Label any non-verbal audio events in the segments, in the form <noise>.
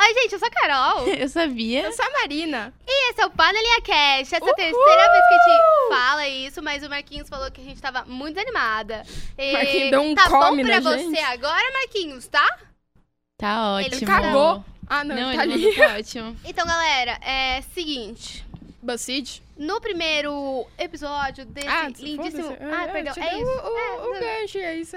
Oi, gente, eu sou a Carol. <laughs> <laughs> Eu sabia. Eu sou a Marina. E esse é o Panelinha Cast. Essa é a terceira vez que a gente fala isso, mas o Marquinhos falou que a gente tava muito animada. E Marquinhos deu um tá come bom pra na você gente. agora, Marquinhos, tá? Tá Ele ótimo. cagou. Ah, não, Não, tá ele ali. mandou tá <laughs> ótimo. Então, galera, é seguinte. BuzzFeed? No primeiro episódio desse Ah, lindíssimo. foda-se. Ah, eu perdão, te é dei isso. O, o, É, o não. gancho, e aí você...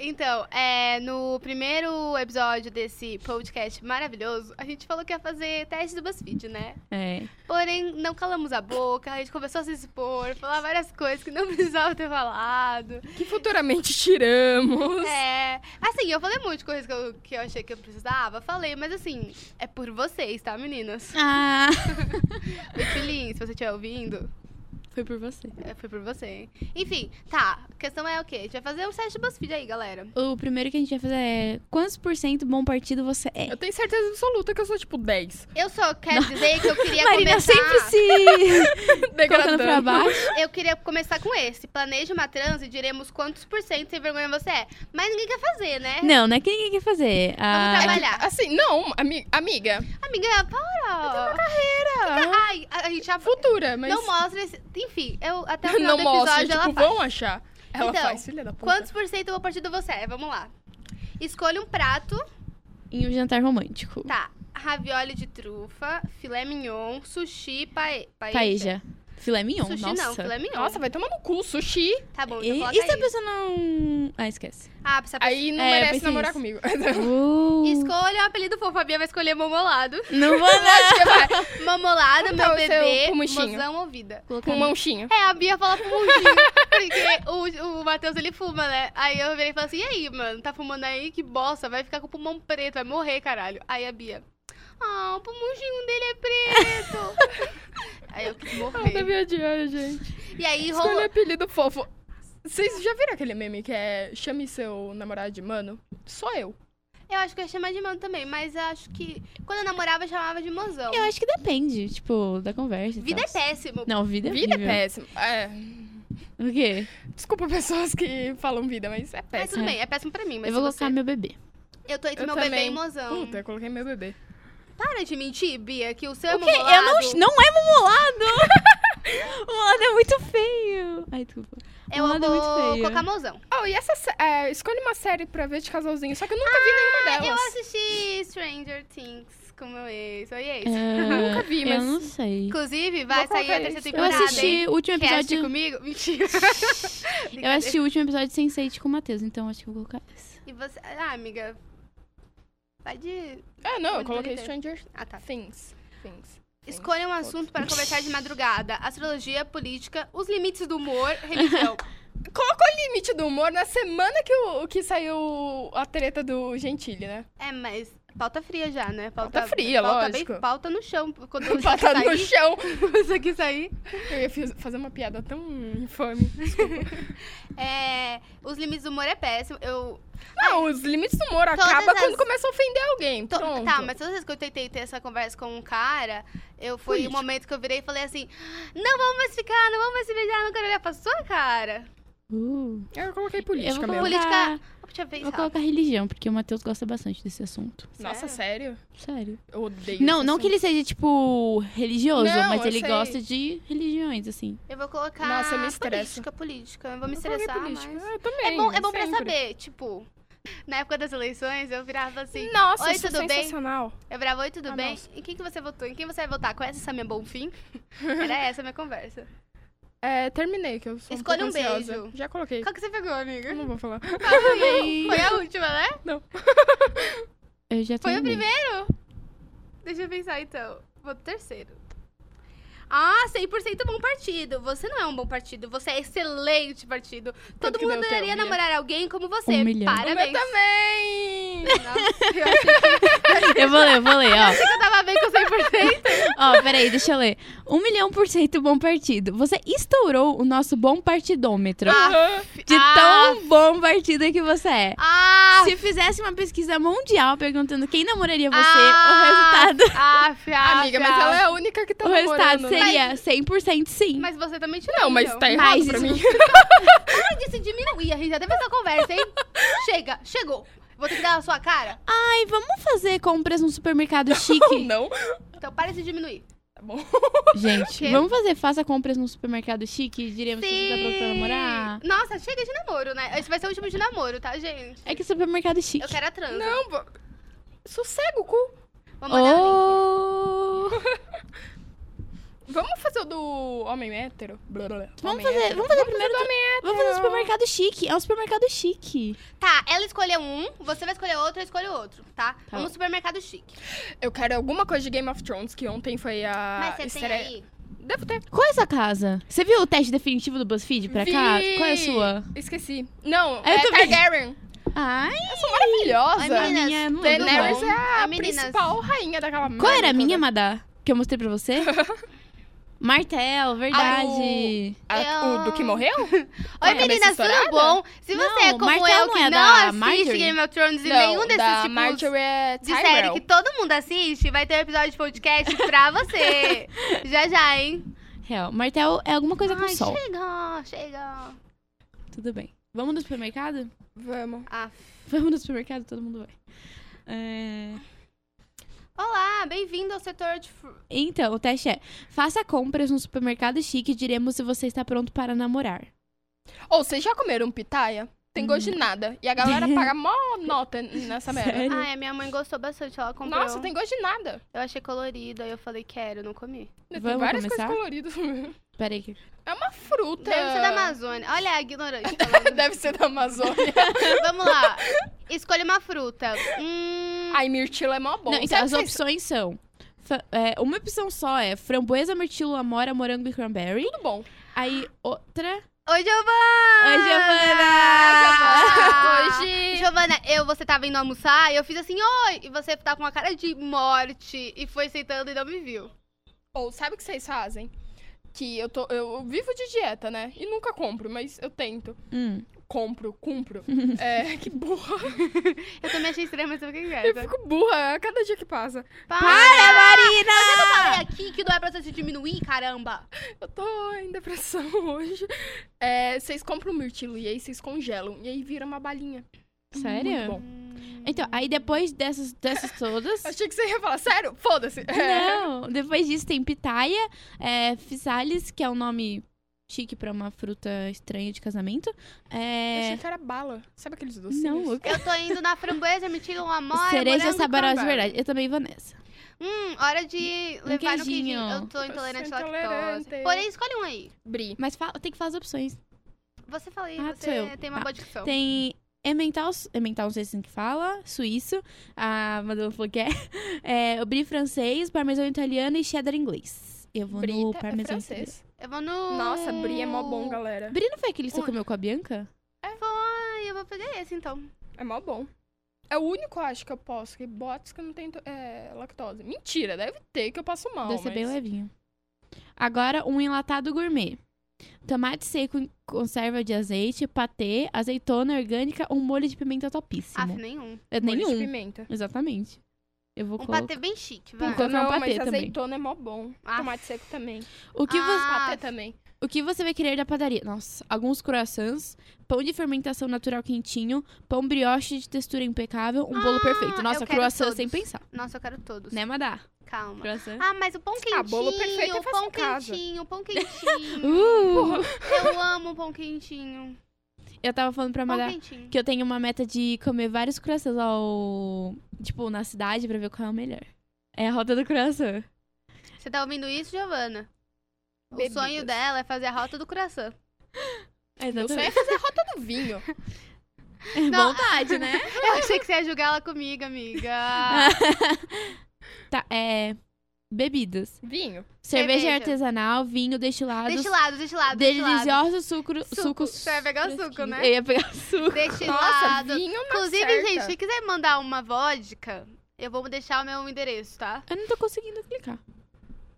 Então, é, no primeiro episódio desse podcast maravilhoso, a gente falou que ia fazer teste do BuzzFeed, né? É. Porém, não calamos a boca, a gente começou a se expor, falar várias coisas que não <laughs> precisava ter falado. Que futuramente tiramos. É. Assim, eu falei muito coisas que eu, que eu achei que eu precisava, falei, mas assim, é por vocês, tá, meninas? Ah. Oi, Filin, se você estiver ouvindo, Foi por você. É, Foi por você, hein? Enfim, tá. A questão é o quê? A gente vai fazer um teste de BuzzFeed aí, galera. O primeiro que a gente vai fazer é quantos por cento bom partido você é? Eu tenho certeza absoluta que eu sou, <laughs> tipo, 10. Eu só quero dizer <laughs> que eu queria Marina começar... sempre <laughs> assim. se <laughs> colocando Degradando. pra baixo. Eu queria começar com esse. Planeje uma trans e diremos quantos por cento sem vergonha você é. Mas ninguém quer fazer, né? Não, não é que ninguém quer Vamos fazer. Ah, trabalhar. Assim, não, ami- amiga. Amiga, para! Era Ai, a a gente já... futura, mas... <laughs> Não mostra esse... Enfim, eu até o final não do episódio mostra, ela tipo, faz. vão achar. Ela Então, faz, filha da puta. Quantos por cento vou partir do você é? Vamos lá. Escolha um prato. em um jantar romântico. Tá. Ravioli de trufa, filé mignon, sushi, pae... Paeja. Filé mignon, Tá, Sushi nossa. não, filé mignon. Nossa, vai tomar no cu, sushi. Tá bom, E, então e coloca se a aí. pessoa não... Ah, <laughs> esquece. Ah, precisa... Aí não É, merece pensei namorar isso. comigo. <laughs> Uh, Escolha um apelido fofo, a Bia vai escolher mamolado. <laughs> não vou dar. Mamolado, Então, meu seu bebê, pulmochinho. mozão ouvida. Com mãochinha. É, a Bia fala pulmãozinho, porque o, o Matheus, ele fuma, né? Aí eu virei e falei assim, e aí, mano, tá fumando aí? Que bosta, vai ficar com o pulmão preto, vai morrer, caralho. Aí a Bia, ah, o pulmãozinho dele é preto. <laughs> aí eu quis Ah, morrer. devia adiar, gente. E aí Escolha rolou... apelido fofo. Vocês já viram aquele meme que é chame seu namorado de mano? Só eu. Eu acho que eu ia chamar de mano também, mas acho que... Quando eu namorava, eu chamava de mozão. Eu acho que depende, tipo, da conversa. e Vida é tals. péssimo. Não, vida é Vida é horrível. péssimo. É. O quê? Desculpa <laughs> pessoas que falam vida, mas é Mas péssimo. tudo bem, é péssimo pra mim, mas né? eu vou se você- colocar meu bebê. Eu tô entre Eu meu bebê também. e mozão. Puta, eu coloquei meu bebê. Para de mentir, Bia, que o tá seu é O quê? mamolado. Eu não, não é mamolado! <laughs> mamolado é muito feio. Ai, desculpa. Eu Mamolado é muito vou feio. colocar mozão. Oh, e essa. sé- É, escolhe uma série pra ver de casalzinho, só que eu nunca vi nenhuma Ah, É Eu delas. assisti Stranger Things com meu ex. Oi, ex. Ah, Nunca vi, Eu mas- né? não sei. Inclusive, vai Vou sair a colocar terceira isso. Eu temporada, hein? assisti o último Quer assistir episódio. comigo? <laughs> Mentira. Eu assisti o último episódio sem Sense8 com o Matheus, então acho que eu vou colocar esse. E você... Ah, amiga. Vai de... Ah, não, eu Muito coloquei bonita. Stranger Ah, tá. Things. Things. Escolha um assunto para conversar de madrugada. Astrologia, política, os limites do humor, <laughs> religião. Colocou o limite do humor na semana que, o, que saiu a treta do Gentili, né? É, mas pauta fria já, né? Pauta fria, pauta Bem, lógico. pauta no chão. <laughs> Quando isso aqui Patada no sair- chão. <laughs> quando isso aqui sair. Eu ia fiz- fazer uma piada tão infame. É, os limites do humor é péssimo. Eu. Não, os limites do humor Todas acabam as- quando começa a ofender alguém. tô- Pronto. tá, mas todas as vezes que eu tentei ter essa conversa com um cara, eu foi o Político. momento que eu virei e falei assim: Não vamos mais ficar, não vamos mais se beijar, não quero olhar pra sua cara. Uh, Eu coloquei política eu vou mesmo. colocar, Deixa eu vou pensar. colocar religião, porque o Matheus gosta bastante desse assunto. É. Nossa, sério? Sério. Eu odeio Não, esse não que ele seja, tipo, religioso, Não, mas eu ele sei. gosta de religiões, assim. Eu vou colocar. Nossa, eu me estresso. Política, política. Eu vou me Eu coloquei estressar. política. Mas... Ah, Eu também. É bom, é bom pra sempre. saber, tipo. Na época das eleições, eu virava assim. Nossa, Oi, isso é tudo bem? sensacional. Eu virava, oi, tudo Ah, bem? nossa. Em quem que você votou? Em quem você vai votar? Conhece essa minha Bonfim? Era essa a minha conversa. É, terminei, que eu sou Escolha um, um pouco ansiosa. beijo. Já coloquei. Qual que você pegou, amiga? Não vou falar. Ah, foi, foi a última, né? Eu já Foi o terminei. primeiro? Deixa eu pensar então. Vou pro terceiro. Ah, 100% bom partido. Você não é um bom partido, você é excelente partido. Todo que mundo deu o um teu, adoraria Bia? namorar alguém como você. Um milhão. Parabéns. Eu também! Nossa, eu achei Eu vou ler, eu vou ler, ó. que eu tava bem com 100%. Ó, peraí, deixa eu ler. Um milhão por cento bom partido. Você estourou o nosso bom partidômetro. <laughs> Aham. de ah. tão bom partido que você é. Ah, Se fizesse uma pesquisa mundial perguntando quem namoraria você, Ah. o resultado, ah, fiá, Amiga, mas ela é a única que tá o resultado namorando, seria né? 100% sim. Mas você também tirou. Não, mas então. tá errado Mas pra isso- mim. <laughs> Para de se diminuir, a gente já teve essa conversa, hein? Chega, chegou. Vou ter que dar na sua cara? Ai, vamos fazer compras num <laughs> supermercado chique. Não. Então para de diminuir. Tá bom. Gente, Quê? vamos fazer faça compras num supermercado chique? Diremos se você tá pronto pra Sim. namorar. Nossa, chega de namoro, né? Esse vai ser o último de namoro, tá, gente? É que supermercado chique. Eu quero a transa. Não, bo- sossega o cu. Vou mandar um link. né? Oh. Vamos fazer o do homem hétero? Blá, blá, blá. Vamos Homem fazer, hétero. vamos fazer primeiro. do do- Vamos fazer um supermercado chique. É um supermercado chique. Tá, ela escolheu um, você vai escolher outro, eu escolho outro, tá? Tá. Vamos no supermercado chique. Eu quero alguma coisa de Game of Thrones, que ontem foi a... Mas você estreia- tem aí? Devo ter. Qual é a sua casa? Você viu o teste definitivo do BuzzFeed pra cá? Vi. Qual é a sua? Ah, Esqueci. Não, Eu é também. Targaryen. Ai, Ai, Maravilhosa. a meninas, minha não lembro o Daenerys nome. é a Ai, meninas. principal rainha daquela Qual merda era a minha, toda. Madá? Que eu mostrei pra <laughs> você? Martel, verdade. A- o do <laughs> que morreu? Oi, Vai, meninas, cabeça estourada? tudo bom? Se é Não, você é como Martha eu, não que é não da assiste Marjorie? Game of Thrones e Não, nenhum desses da tipos Marjorie é de série Tyrell. que todo mundo assiste, vai ter um episódio de podcast pra você. <laughs> já, já, hein? Real. Martel é alguma coisa com Ai, sol. chega, chega. Tudo bem. Vamos no supermercado? Vamos. Ah, <laughs> Vamos no supermercado, todo mundo vai. É... Olá, bem-vindo ao setor de... fru- Então, o teste é: faça compras no supermercado chique e diremos se você está pronto para namorar. Ou vocês já comeram pitaia? Tem gosto de nada. E a galera <laughs> paga mó nota nessa merda. Hum. Sério? Ai, a minha mãe gostou bastante, ela comprou. Nossa, tem gosto de nada. Eu achei colorido, aí eu falei, quero, não comi. Tem Vamos várias começar? coisas coloridas. <laughs> Peraí. que- É uma fruta. Deve ser da Amazônia. Olha a ignorante falando. Deve ser da Amazônia. <laughs> Vamos lá. Escolha uma fruta. Hum, Ai, mirtilo é mó bom. Não, então, Sabe as vocês- opções são. fa- é, uma opção só é framboesa, mirtilo, amora, morango e cranberry. Tudo bom. Aí outra. Oi, Ah! Giovana! Oi, Giovana! Oi, Giovana! Giovana, eu, você tava indo almoçar e eu fiz assim, oi! E você tá com uma cara de morte e foi sentando e não me viu. Ou sabe o que vocês fazem? Que eu tô. Eu vivo de dieta, né? E nunca compro, mas eu tento. Hum. Compro, cumpro. é, que burra. Eu também achei estranho, mas eu fiquei Eu quieta. fico burra a cada dia que passa. Para! Marina! Eu falei aqui que não é pra você se diminuir, caramba! Eu tô em depressão <laughs> hoje. É, vocês compram mirtilo e aí vocês congelam. E aí vira uma balinha. Sério? Muito bom. Então, aí depois dessas, dessas todas. Achei que você ia falar, sério? Foda-se. <laughs> É. Não, depois disso tem pitaia, é, physalis, que é um nome chique pra uma fruta estranha de casamento. <laughs> Eu É, achei que era bala. Sabe aqueles docinhos? não, eu... Eu tô indo na framboesa, me tira um amor. cereja saborosa de verdade. verdade. Eu também vou nessa. Hum, hora de levar no queijinho. queijinho. Eu tô intolerante sou à lactose. intolerante. Porém, escolhe um aí. Bri. Mas fa- tem que falar as opções. Você fala aí, Ah, sou você eu. tem uma Tá. boa Então. dicção. Tem é emmental, emmental, não sei se assim que fala, suíço, a Madonna falou que é, <laughs> é o brie francês, parmesão italiano e cheddar inglês. Eu vou no Brita é parmesão italiano. francês. Eu vou no. Nossa, Bri é mó bom, galera. Brie não foi aquele que você Ui. comeu com a Bianca? Ai, eu vou fazer esse então. É mó bom. É o único, acho, que eu posso. Que bots que não tem to- é, lactose. Mentira, deve ter que eu passo mal. Deve ser bem mas- levinho. Agora, um enlatado gourmet. Tomate seco em conserva de azeite, patê, azeitona orgânica ou molho de pimenta Ah, topíssimo. nenhum. é Molho de nenhum, pimenta. exatamente. Eu vou Um colocar... patê bem chique, Vou vai. colocar um não, patê mas também. azeitona é mó bom. Ah. Tomate seco também. O que, vo- Ah. Patê também. o que você vai querer da padaria? Nossa, alguns croissants, pão de fermentação natural quentinho, pão brioche de textura impecável, um bolo perfeito. Nossa, eu quero croissant todos. sem pensar. Nossa, eu quero todos. Né, Madá? Calma. Croissant. Ah, mas o pão quentinho. Ah, bolo perfeito eu faço pão em casa. quentinho, pão quentinho. Uh! eu amo pão quentinho. Eu tava falando pra Pão Madá quentinho. que eu tenho uma meta de comer vários croissants ao... Tipo, na cidade, pra ver qual é o melhor. É a rota do croissant. Você tá ouvindo isso, Giovana? Bebidas. O sonho dela é fazer a rota do coração. Meu sonho é fazer a rota do vinho. <laughs> É Não. vontade, né? <laughs> Eu achei que você ia julgar ela comigo, amiga. <laughs> Tá, é... Bebidas. Vinho. Cerveja, é Cerveja. artesanal, vinho destilado. destilado, destilado, destilado. Delicioso sucro, Suco. sucos. Você vai pegar o suco, fresquinhos. né? Eu ia pegar o suco. Nossa, Destilado. vinho na Inclusive, certa. gente, se quiser mandar uma vodka, eu vou deixar o meu endereço, tá? Eu não tô conseguindo clicar.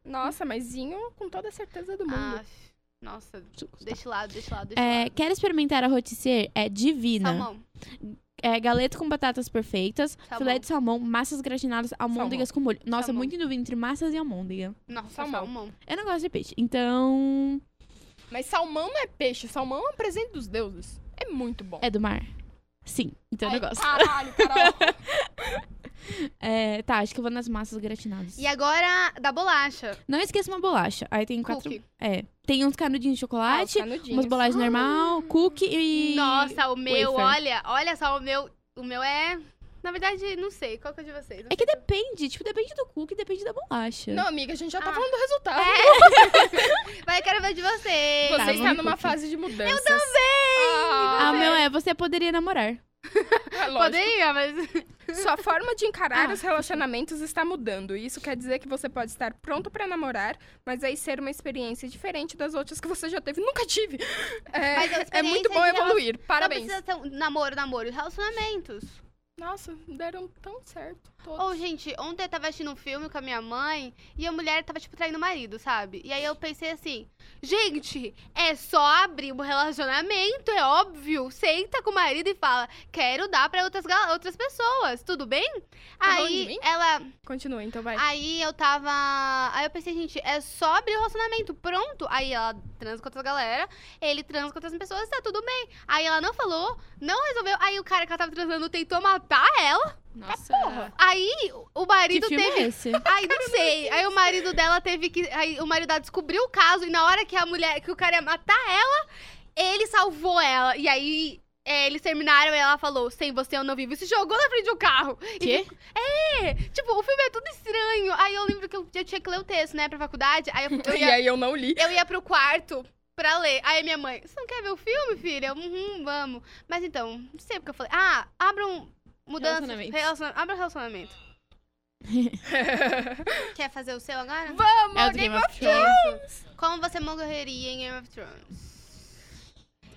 Nossa, mas vinho com toda a certeza do mundo. Ah, f- nossa, Sucos. destilado, destilado, É, destilado. quer experimentar a rotisser? É divina. Salmão. É galeto com batatas perfeitas, Salmão. filé de salmão, massas gratinadas, almôndegas com molho. Nossa, Salmão. muito em dúvida entre massas e almôndega. Nossa, Salmão. salmão. Eu não gosto de peixe. Então. Mas salmão não é peixe, salmão é um presente dos deuses. É muito bom. É do mar. Sim, então eu Ai, não gosto. Caralho, <laughs> Carol. É, tá, acho que eu vou nas massas gratinadas. E agora, da bolacha. Não esqueça uma bolacha. Aí tem quatro. Cookie. É. Tem uns canudinhos de chocolate, Ah, os canudinhos. umas bolachas normal, cookie e. Ah. Nossa, o meu, wafer. olha, olha só, o meu. O meu é. Na verdade, não sei. Qual que é o de vocês? É que depende, tipo, depende do cookie, depende da bolacha. Não, amiga, a gente já tá Ah. falando do resultado. Mas eu quero ver de vocês. Tá. Você Tá, está vamos numa cookie. fase de mudanças. Eu também! Ah, o meu é, você poderia namorar. É Poderia, mas. Sua forma de encarar Ah. os relacionamentos está mudando. E isso quer dizer que você pode estar pronto pra namorar, mas aí ser uma experiência diferente das outras que você já teve. Nunca tive. É, Mas a é muito bom experiência de evoluir. Parabéns. Não precisa ser um namoro, namoro, relacionamentos. Nossa, deram tão certo. todos. Ou, Oh, gente, ontem eu tava assistindo um filme com a minha mãe e a mulher tava, tipo, traindo o marido, sabe? E aí eu pensei assim, gente, é só abrir um relacionamento, é óbvio. Senta com o marido e fala, quero dar pra outras, gal- outras pessoas, tudo bem? falando Tá de aí mim? ela. Continua, então vai. Aí eu tava. Aí eu pensei, gente, é só abrir o relacionamento, pronto. Aí ela transa com outras galera, ele transa com outras pessoas, tá tudo bem. Aí ela não falou, não resolveu. Aí o cara que ela tava transando tentou matar ela. Nossa. porra. Aí o Que marido filme teve. é esse? Aí não sei. Aí o marido dela teve que. Aí o marido dela descobriu o caso e na hora que a mulher. que o cara ia matar ela, ele salvou ela. E aí. é, eles terminaram e ela falou: sem você eu não vivo. E se jogou na frente do carro. E Quê? ficou- É! Tipo, o filme é tudo estranho. Aí eu lembro que eu, eu tinha que ler o texto, né, pra faculdade. <laughs> Aí eu, eu E ia, aí eu não li. eu ia pro quarto pra ler. Aí minha mãe: Você não quer ver o filme, filha? Eu, Uhum, vamos. Mas então, não sei porque eu falei: Ah, abra um. Mudança. Relacionamentos. Relaciona... Abra um relacionamento. Quer fazer o seu agora? <laughs> Vamos, É o do Game of Thrones. Como você morreria em Game of Thrones?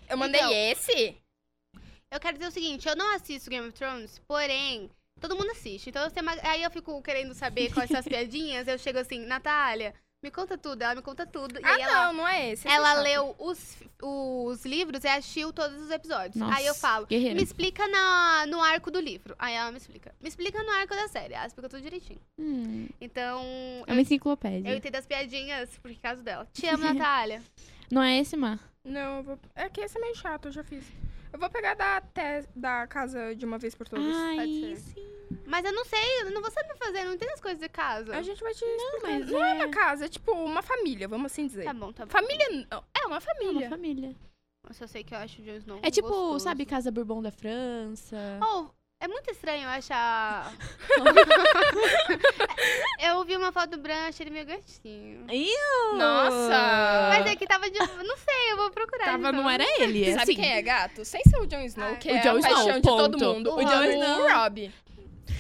Eu mandei Então. esse? Eu quero dizer o seguinte, eu não assisto Game of Thrones, porém, todo mundo assiste. Então eu sei, mais- aí eu fico querendo saber quais são <laughs> as piadinhas, eu chego assim, Natália, me conta tudo, ela me conta tudo. E Ah, aí ela, não, não é esse. esse ela é chato. leu os, fi- os livros e assistiu todos os episódios. Nossa, aí eu falo, guerreira. me explica na, no arco do livro. Aí ela me explica. Me explica no arco da série. Ela explica tudo direitinho. Hum, Então, é uma eu enciclopédia. entendo as piadinhas por causa dela. Te <laughs> amo, Natália. Não é esse, Má? Não, eu vou... é que esse é meio chato, eu já fiz. Eu vou pegar da, te... da casa de uma vez por todas. Ah. Ai, pode ser. sim. Mas eu não sei, eu não vou saber fazer, não tem as coisas de casa. A gente vai te explicar. mas não é... é- uma casa, é tipo uma família, vamos assim dizer. Tá bom, tá bom. Família não. É uma É família. uma família. Nossa, eu sei que eu acho o Jon Snow É tipo, gostoso. sabe, Casa Bourbon da França. Oh, é muito estranho eu <laughs> achar... eu vi uma foto do Bran, achei ele meio gatinho. Iu! Nossa! Mas é que tava de... Não sei, eu vou procurar. Tava, então. não era ele. Sabe assim. quem é gato? Sem ser o Jon Snow, Ah. que O é Jon a Snow, paixão de todo ponto. mundo. O O, Jon Jon Snow. Rob.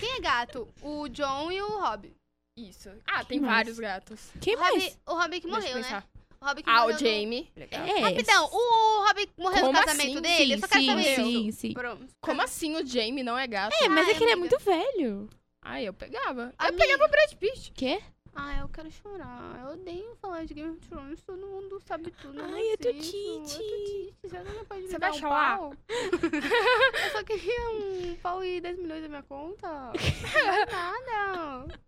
Quem é gato? O John e o Rob. Isso. Ah, tem mais? vários gatos. Quem o, Rob mais? o Rob que Deixa morreu, eu né? pensar. O Rob que Ah, morreu. o no- Jamie. É. Rapidão, o Rob morreu no Como casamento assim? dele? um eu só quero sim, saber sim, isso. sim, sim. Pronto. Como assim o Jamie não é gato? É, mas Ai, é que ele é amiga. muito velho. Ah, eu pegava. Amiga. Eu pegava o Brad Pitt. Quê? Ai, Ah, eu quero chorar. Eu odeio falar de Game of Thrones. Todo mundo sabe tudo. eu não Ai, eu tô assisto. Eu tite. tô tite. Você não pode me Você dar vai um chorar? pau? eu só queria um pau e 10 milhões da minha conta. Não é nada.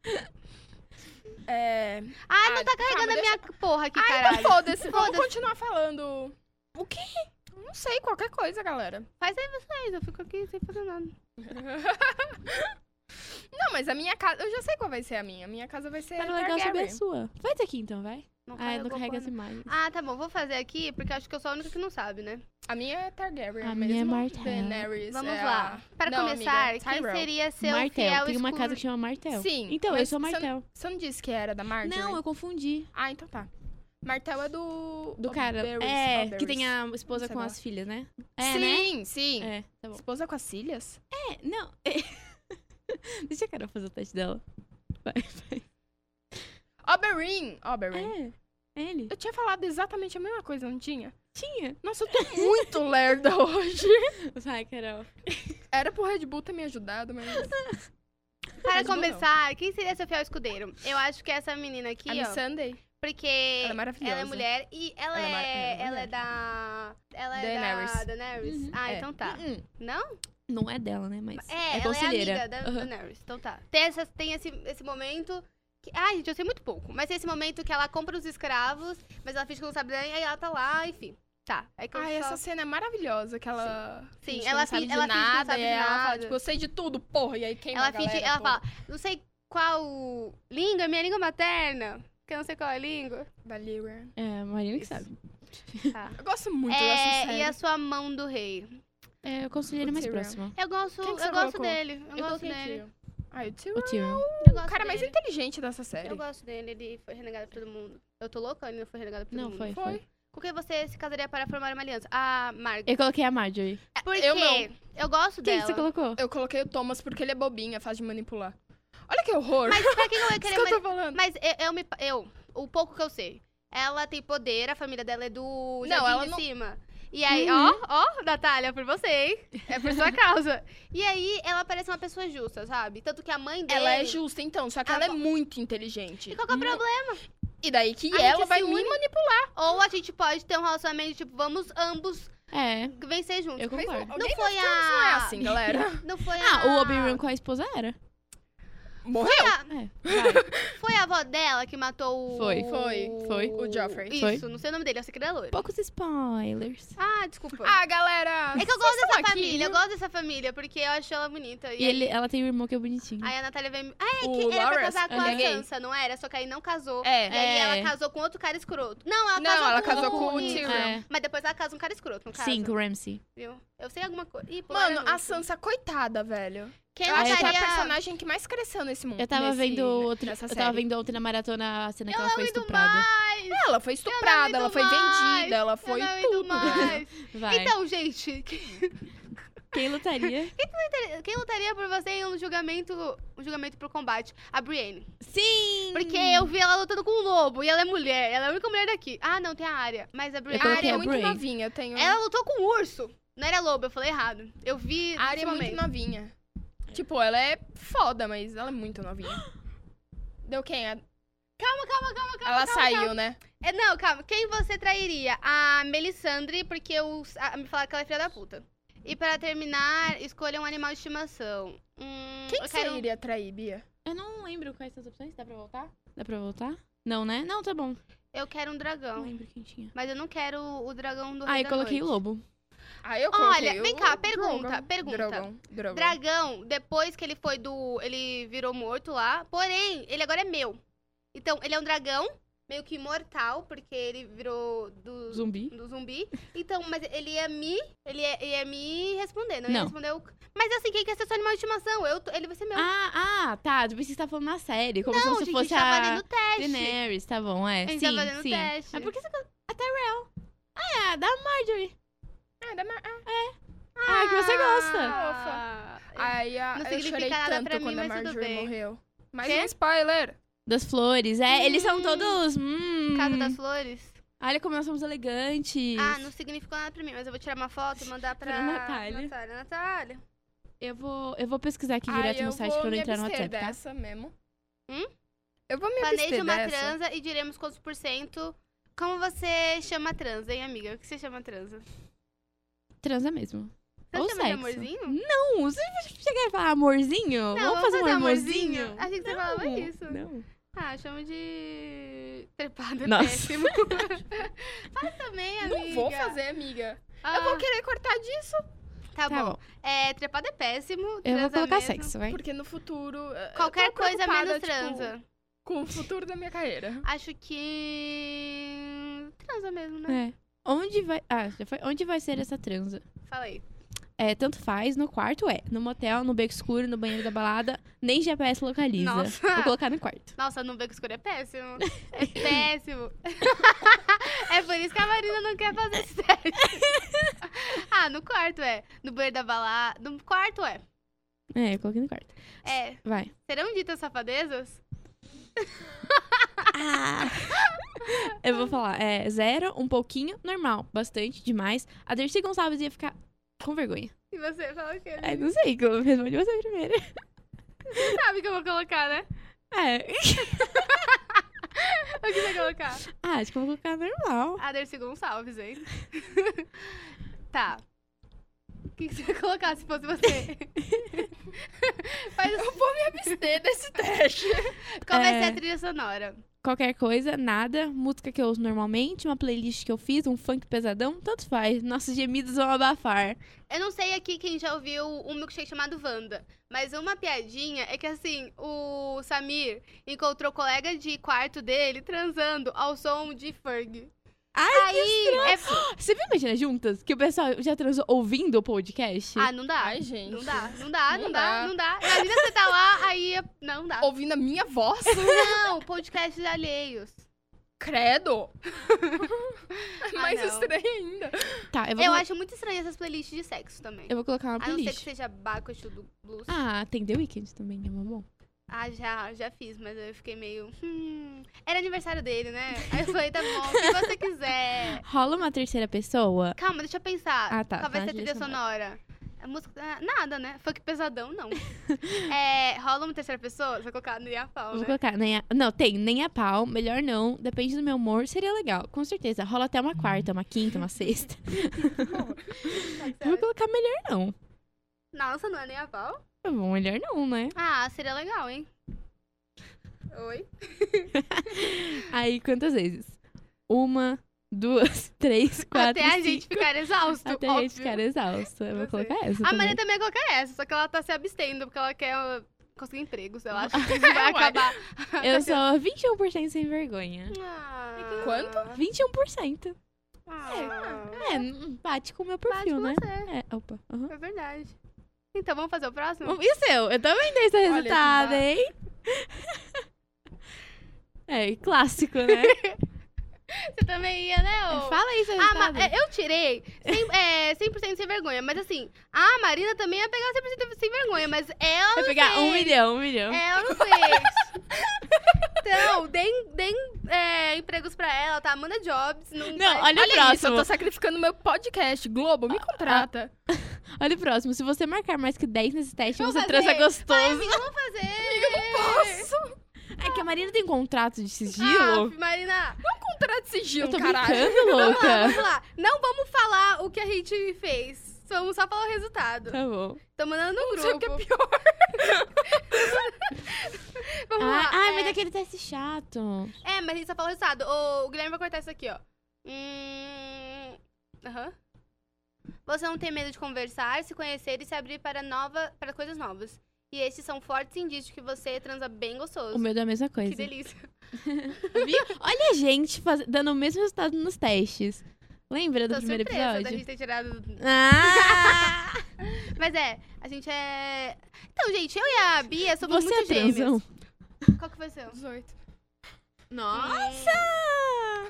É. Ai, Ah, não tá carregando calma, a minha porra aqui, Ah, caralho. então foda-se. Vamos Foda-se. continuar falando. O quê? Não sei, qualquer coisa, galera. Faz aí vocês. Eu fico aqui sem fazer nada. Não, mas a minha casa. Eu já sei qual vai ser a minha. A minha casa vai ser. Era legal saber a Targaryen. sua. Faz aqui então, vai. Não Ah, não carregou carrega porra as imagens. nenhuma. Ah, tá bom. Vou fazer aqui, porque acho que eu sou a única que não sabe, né? A minha é Targaryen. A mesmo. minha é Martell. Daenerys Vamos é lá. a- Para Não, começar, amiga, quem Tyrell. seria seu Martel. fiel Tem uma escudo- casa que chama Martel. Sim, Então, eu mas sou você não- Martel. Você não disse que era da Marjorie? Não, eu confundi. Ah, então tá. Martel é do. Do cara. Oberys, é, Oberys. que tem a esposa Sei com lá. as filhas, né? É, né? sim, sim. É, tá bom. Esposa com as cílias? É, não. <laughs> Deixa a Carol fazer o teste dela. Vai, vai. Oberyn! Oberyn. É, é ele. Eu tinha falado exatamente a mesma coisa, não tinha? Tinha. Nossa, eu tô <laughs> muito lerda hoje. Vai, Carol. Era pro Red Bull ter me ajudado, mas. Para Mas não, não. começar, quem seria seu fiel escudeiro? Eu acho que essa menina aqui, a Miss ó. Sunday. Porque Ela é ela é, maravilhosa. mulher e ela, Ela é mar- é, ela é ela é da. Ela é da Daenerys. Daenerys? Uhum. Ah, É. então tá. Hum, hum. Não? Não é dela, né? Mas É, é, ela é conselheira. amiga da Aham. Daenerys. Então tá. Tem, essa, tem esse, esse momento. Que... Ai, gente, eu sei muito pouco. Mas tem esse momento que ela compra os escravos, mas ela finge que não sabe nem, aí ela tá lá, enfim. Tá. É que eu Ah, só... essa cena é maravilhosa, que ela. Sim, finge que ela não sabe finge- de ela finge que não nada, sabe e de ela fala, nada. tipo, eu sei de tudo, porra, e aí queima Ela a galera, finge, ela porra. fala, não sei qual língua, é minha língua materna. Que eu não sei qual é a língua. Da Lyra. É, Marina que Isso. sabe. Tá. Eu gosto muito dessa é, série. e a sua mão do rei. É, o conselheiro mais Tyrion. próximo. Eu gosto, Quem que eu você gosto colocou? dele. Eu, gosto coloquei dele. Tyrion. Ah, o Tyrion. O Tyrion. Eu O gosto cara é mais dele. inteligente dessa série. Eu gosto dele, ele foi renegado por todo mundo. Eu tô louca, ele não foi renegado por todo Não, mundo. foi, Foi. foi. Com quem você se casaria para formar uma aliança? A Margaret. Eu coloquei a Marjorie. Por É, eu quê? Eu gosto Quem dela. você colocou? Eu coloquei o Thomas porque ele é bobinho, é fácil de manipular. Olha que horror. Mas pra que que eu <laughs> ia Isso querer que eu mani- tô falando. Mas eu, eu me. Eu, o pouco que eu sei. Ela tem poder, a família dela é do Não, Jardim ela de não- Uhum. cima. E aí, ó, ó, Natália, por você, hein? É por <laughs> sua causa. E aí, ela parece uma pessoa justa, sabe? Tanto que a mãe dele. Ela é justa, então, só que ela, Ela é muito inteligente. E qual que Ah, é o problema? E daí que A gente ela se vai me une. manipular. Ou a gente pode ter um relacionamento, tipo, vamos ambos É, vencer juntos. eu concordo. Não foi Não é a. assim, galera. <laughs> Não foi a. Ah, o Obi-Wan com a esposa era. Morreu? Foi a- É, vai. Foi a avó dela que matou o. Foi. Foi, foi. O Joffrey. Isso, não sei o nome dele, eu sei que ele é loiro. Poucos spoilers. Ah, desculpa. Ah, galera! é que eu gosto dessa tá aqui, família, viu? eu gosto dessa família, porque eu acho ela bonita. E, E ele, ela tem um irmão que é bonitinho. Aí a Natália vem. Ah, é O que era pra Lawrence, casar com ele a é gay. Sansa, não era? Só que aí não casou. É. E aí É. ela casou com outro cara escroto. Não, ela Não, casou ela com casou com o isso. Tyrion. É. Mas depois ela casa com um cara escroto, no caso. Sim, com o Ramsey. Viu? Eu sei alguma coisa. Ih, Mano, pularam a muito. Sansa, coitada, velho. Quem eu acho que é a mataria- personagem que mais cresceu nesse mundo. Eu tava É, nesse- vendo outro, eu nessa tava série. vendo ontem na maratona a cena que Eu ela foi não aguento estuprada. Ela foi estuprada, Eu não ela foi aguento mais, vendida, ela eu foi não aguento tudo. velho. mais. Vai. Então, gente, quem- Quem lutaria? quem lutaria por você em um julgamento, um julgamento pro combate? A Brienne. <laughs> Sim! Porque Hum. eu vi ela lutando com um lobo e ela é mulher. Ela é a única mulher daqui. Ah, não, tem a área. Mas Então a Brienne. Eu A coloquei área é a muito Bray. novinha, eu tenho. Ela lutou com um urso. Não era lobo, eu falei errado. Eu vi. Hum. a área é nesse muito momento. novinha. Tipo, ela é foda, mas ela é muito novinha. Deu quem? A- Calma, calma, calma, calma. Ela calma, saiu, calma. né? É, não, calma. Quem você trairia? A Melisandre, porque eu, a, me falaram que ela é filha da puta. E pra terminar, escolha um animal de estimação. Hum, Quem eu que quero- você iria trair, Bia? Eu não lembro quais são as opções. Dá pra voltar? Dá pra voltar? Não, né? Não, tá bom. Eu quero um Não dragão. lembro quem tinha. Mas eu não quero o dragão do Ah, Rei eu da coloquei Noite. lobo. Ah, eu Olha, coloquei vem o- cá, o pergunta, Drogon. pergunta. Drogon, Drogon. Dragão, depois que ele foi do. Ele virou morto lá. Porém, ele agora é meu. Então, ele é um dragão, meio que imortal, porque ele virou do, Zumbi. do zumbi. Então, mas ele ia me. Ele ia, ia me responder, não, ia Não. responder o. Mas assim, quem quer ser seu animal de estimação? Eu, tô- ele vai ser meu. Ah, ah, tá. Depois você tá falando na série. Como se não, você gente, fosse a gente tá a fazendo teste. Daenerys, tá bom, é. A gente sim, tá fazendo sim. É teste. Mas por que você... A Tyrell. Ah, é, a da Marjorie. Ah, dá mais- ah. Ah, que você gosta. Ah, Aí a, Não eu significa chorei nada tanto pra mim, quando a mas tudo Marjorie bem. morreu. Mais Quê? um spoiler. Das flores, é. Eles são Hum. todos... Hum, Casa das Flores? Olha como nós somos elegantes. Ah, não significou nada pra mim, mas eu vou tirar uma foto e mandar pra, Pra Natália. Natália, Natália. Eu vou, eu vou pesquisar aqui Ah, Ai, direto eu no site vou pra eu não me entrar no abster WhatsApp, tá? dessa mesmo. Hum? Eu vou me Planeje abster uma dessa. transa e diremos quantos por cento. Como você chama transa, hein, amiga? O que você chama transa? Transa mesmo. Você Ou chama de sexo. amorzinho? Não, você chegar e falar amorzinho? vamos fazer, um amorzinho? Achei que você falava Não, isso. Não. Ah, chama de. Trepada. Nossa. <laughs> Péssimo. Faz também, amiga. Não vou fazer, amiga. Ah, Eu vou querer cortar disso. Tá, Tá bom. bom. É, trepada é péssimo. Eu vou transa colocar mesmo. sexo, vai. Porque no futuro... eh, eu tô Qualquer coisa preocupada, menos tipo, transa. com o futuro da minha carreira. Acho que. Transa mesmo, né? É. Onde vai. Ah, já foi. Onde vai ser essa transa? Fala aí. É, tanto faz, no quarto é. No motel, no beco escuro, no banheiro da balada, nem GPS localiza. Nossa. Vou colocar no quarto. Nossa, no beco escuro é péssimo. É péssimo. é por isso que a Marina não quer fazer esse teste. ah, no quarto é. No banheiro da balada. No quarto é. É, eu coloquei no quarto. É. Vai. Serão ditas safadezas? Ah. <laughs> Eu vou falar. É, zero, um pouquinho, normal, bastante, demais. A Dercy Gonçalves ia ficar com vergonha. E você fala o quê? É, não sei, como responde você primeiro. Você sabe o que eu vou colocar, né? É. O que você vai colocar? <laughs> Ah, acho que eu vou colocar normal. A Dercy Gonçalves, hein? <laughs> tá. O que que você ia colocar se fosse você? Mas eu vou me abster. Desse teste. <laughs> Como é que é É. a trilha sonora? qualquer coisa, nada, música que eu uso normalmente, uma playlist que eu fiz, um funk pesadão, tanto faz. Nossos gemidos vão abafar. Eu não sei aqui quem já ouviu um milkshake chamado Wanda, mas uma piadinha é que assim, o Samir encontrou o colega de quarto dele transando ao som de Ferg. Ai, Aí, é... Você viu Imagina Juntas? Que o pessoal já transou ouvindo o podcast? Ah, não dá. Ai, gente. Não dá, não dá, não Não dá, dá. não dá. Imagina você tá lá, aí. é- Não dá. Ouvindo a <laughs> minha voz? <laughs> Não, podcasts alheios. Credo! Mais Ah, não. é estranho ainda. tá, eu Ah, vou, Eu colo- acho muito estranho essas playlists de sexo também. eu vou colocar uma A não ser que playlist. seja Bacuchu do Blues. Ah, tem The Weeknd também, é uma bom. Ah, já, já fiz, mas eu fiquei meio. Hum. Era aniversário dele, né? Aí eu falei, tá bom, o que você quiser. Rola uma terceira pessoa? Calma, deixa eu pensar. Ah, tá, Qual vai tá, ser a trilha trilha sonora? A música. ah, Nada, né? Funk pesadão, <laughs> não. é, rola uma terceira pessoa? Você vai colocar no Iafal, Vou né? colocar, nem a- não, tem nem a pau, melhor não, depende do meu humor, seria legal, com certeza. Rola até uma quarta, uma quinta, <laughs> uma sexta. Eu vou colocar melhor não. Nossa, não é nem a pau? Tá bom, melhor não, né? Ah, seria legal, hein? Oi? Aí, quantas vezes? Uma, duas, <laughs> três, quatro, Até a cinco. gente ficar exausto, Até a óbvio. gente ficar exausto. Eu vou Eu sei. colocar essa A também. Maria também coloca essa, só que ela tá se abstendo, porque ela quer uh, conseguir empregos. Eu <laughs> acho que isso vai Ué. acabar. Eu sou 21% sem vergonha. Ah, Quanto? 21%. Ah, É, n- bate com o meu bate perfil, com né? você. É, opa. aham. É verdade. Então vamos fazer o próximo? E o seu? Eu também dei esse que tá. resultado, ba- hein? <laughs> É, clássico, né? Você também ia, né? ô? Fala aí seu Ah, ma- resultado. é, eu tirei 100%, é, 100 sem vergonha, mas assim, a Marina também ia pegar 100% sem vergonha, mas ela não Vai É, pegar fez. um milhão, um milhão. Ela não <laughs> fez. Então, deem, deem é, empregos pra ela, tá? Manda jobs. Não, Não, faz- olha, o Olha isso, eu próximo. tô sacrificando meu podcast. Globo, Ah, me contrata. Olha o próximo. Se você marcar mais que 10 nesse teste, Vou você fazer. transa Ai, gostoso. amiga, eu vou fazer. Nossa, É que a Marina tem contrato de Ah, sigilo. Marina, contrata esse eu Gil, tô <laughs> caralho. brincando, vamos lá, louca. vamos lá. Não vamos falar o que a gente fez. Vamos só falar o resultado. Tá bom. Tô mandando no Não sei o que grupo. é pior. Vamos Ah, lá. ai, é, mas aquele teste chato. é, mas a gente só falou o resultado. O Guilherme vai cortar isso aqui, ó. Hum... Aham. Você não tem medo de conversar, se conhecer e se abrir para, nova... para coisas novas. E estes são fortes indícios que você transa bem gostoso. O meu é deu a mesma Que coisa. delícia. Viu? Olha a gente faz- dando o mesmo resultado nos testes. Lembra do Tô primeiro surpresa da episódio? gente ter tirado Ah! Mas é, a gente é. Então, gente, eu e a Bia <laughs> somos Você é muito gêmeas. transão? Qual que foi o seu? 18. Nossa!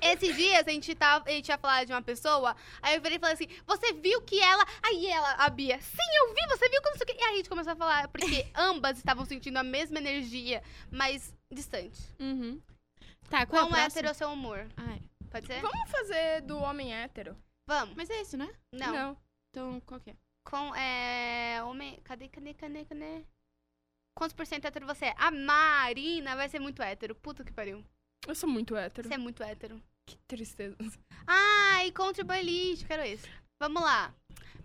Esses dias a gente, tava, a gente ia falar de uma pessoa, aí eu virei e falei assim: Você viu que ela. Aí ela, a Bia, sim, eu vi, você viu que não sei o quê. E aí a gente começou a falar, <laughs> porque ambas estavam sentindo a mesma energia, mas distante. Uhum. Tá, qual Qual é é a hétero próxima? é o seu humor? Ai, Pode ser? Vamos fazer do homem hétero? Vamos. Mas é isso, né? Não. Então, qual que é? Com. É. Homem. Cadê, cadê, cadê, cadê? Quantos por cento hétero você é? A Marina vai ser muito hétero. Puta que pariu. Eu sou muito hétero. Você é muito hétero. Que <laughs> tristeza. Ai, contribuinte, quero isso. Vamos lá.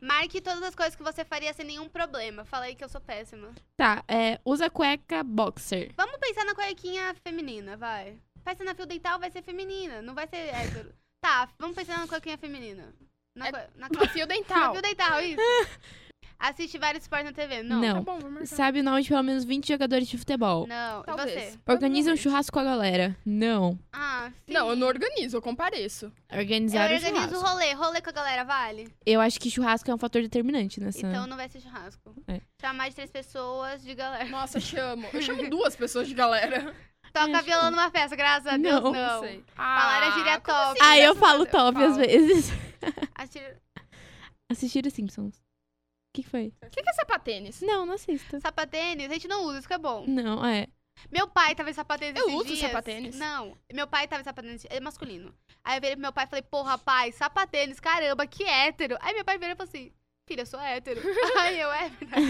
Marque todas as coisas que você faria sem nenhum problema. Falei que eu sou péssima. Tá, é, usa cueca boxer. Vamos pensar na cuequinha feminina, vai. Pensa na fio dental, vai ser feminina, não vai ser hétero. Tá, vamos pensar na cuequinha feminina. Na, É- cue- na, cue- No fio na dental. fio dental, isso. Assiste vários esportes na TV. Não. Não. Tá bom, vamos marcar. Sabe o nome de pelo menos 20 jogadores de futebol. Não. é- E Talvez. você? Organiza um Provavelmente. churrasco com a galera. Não. Ah, sim. Não, eu não organizo, eu compareço. Eu Organizar o organizo o churrasco. rolê. Rolê com a galera, vale? Eu acho que churrasco é um fator determinante nessa. Então não vai ser churrasco. É. Chamar de três pessoas de galera. Nossa, chamo. <laughs> Eu chamo duas pessoas de galera. Toca acho- violão numa festa, graças a Deus, não. Não. Não sei. Ah, Falar a gíria como top. Aí Ah, eu Graças a falo Deus. top às Fala. vezes. <laughs> Assistir- Assistir os Simpsons. O que, que foi? O que que é sapatênis? Não, não assisto. Sapatênis, a gente não usa, isso que é bom. Não, é. Meu pai tava em sapatênis Eu esses uso dias. sapatênis. Não, meu pai tava em sapatênis, é masculino. Aí eu virei pro meu pai e falei, porra, pai, sapatênis, caramba, que hétero. Aí meu pai virou e falou assim, filha, eu sou <laughs> hétero. Aí eu, é verdade.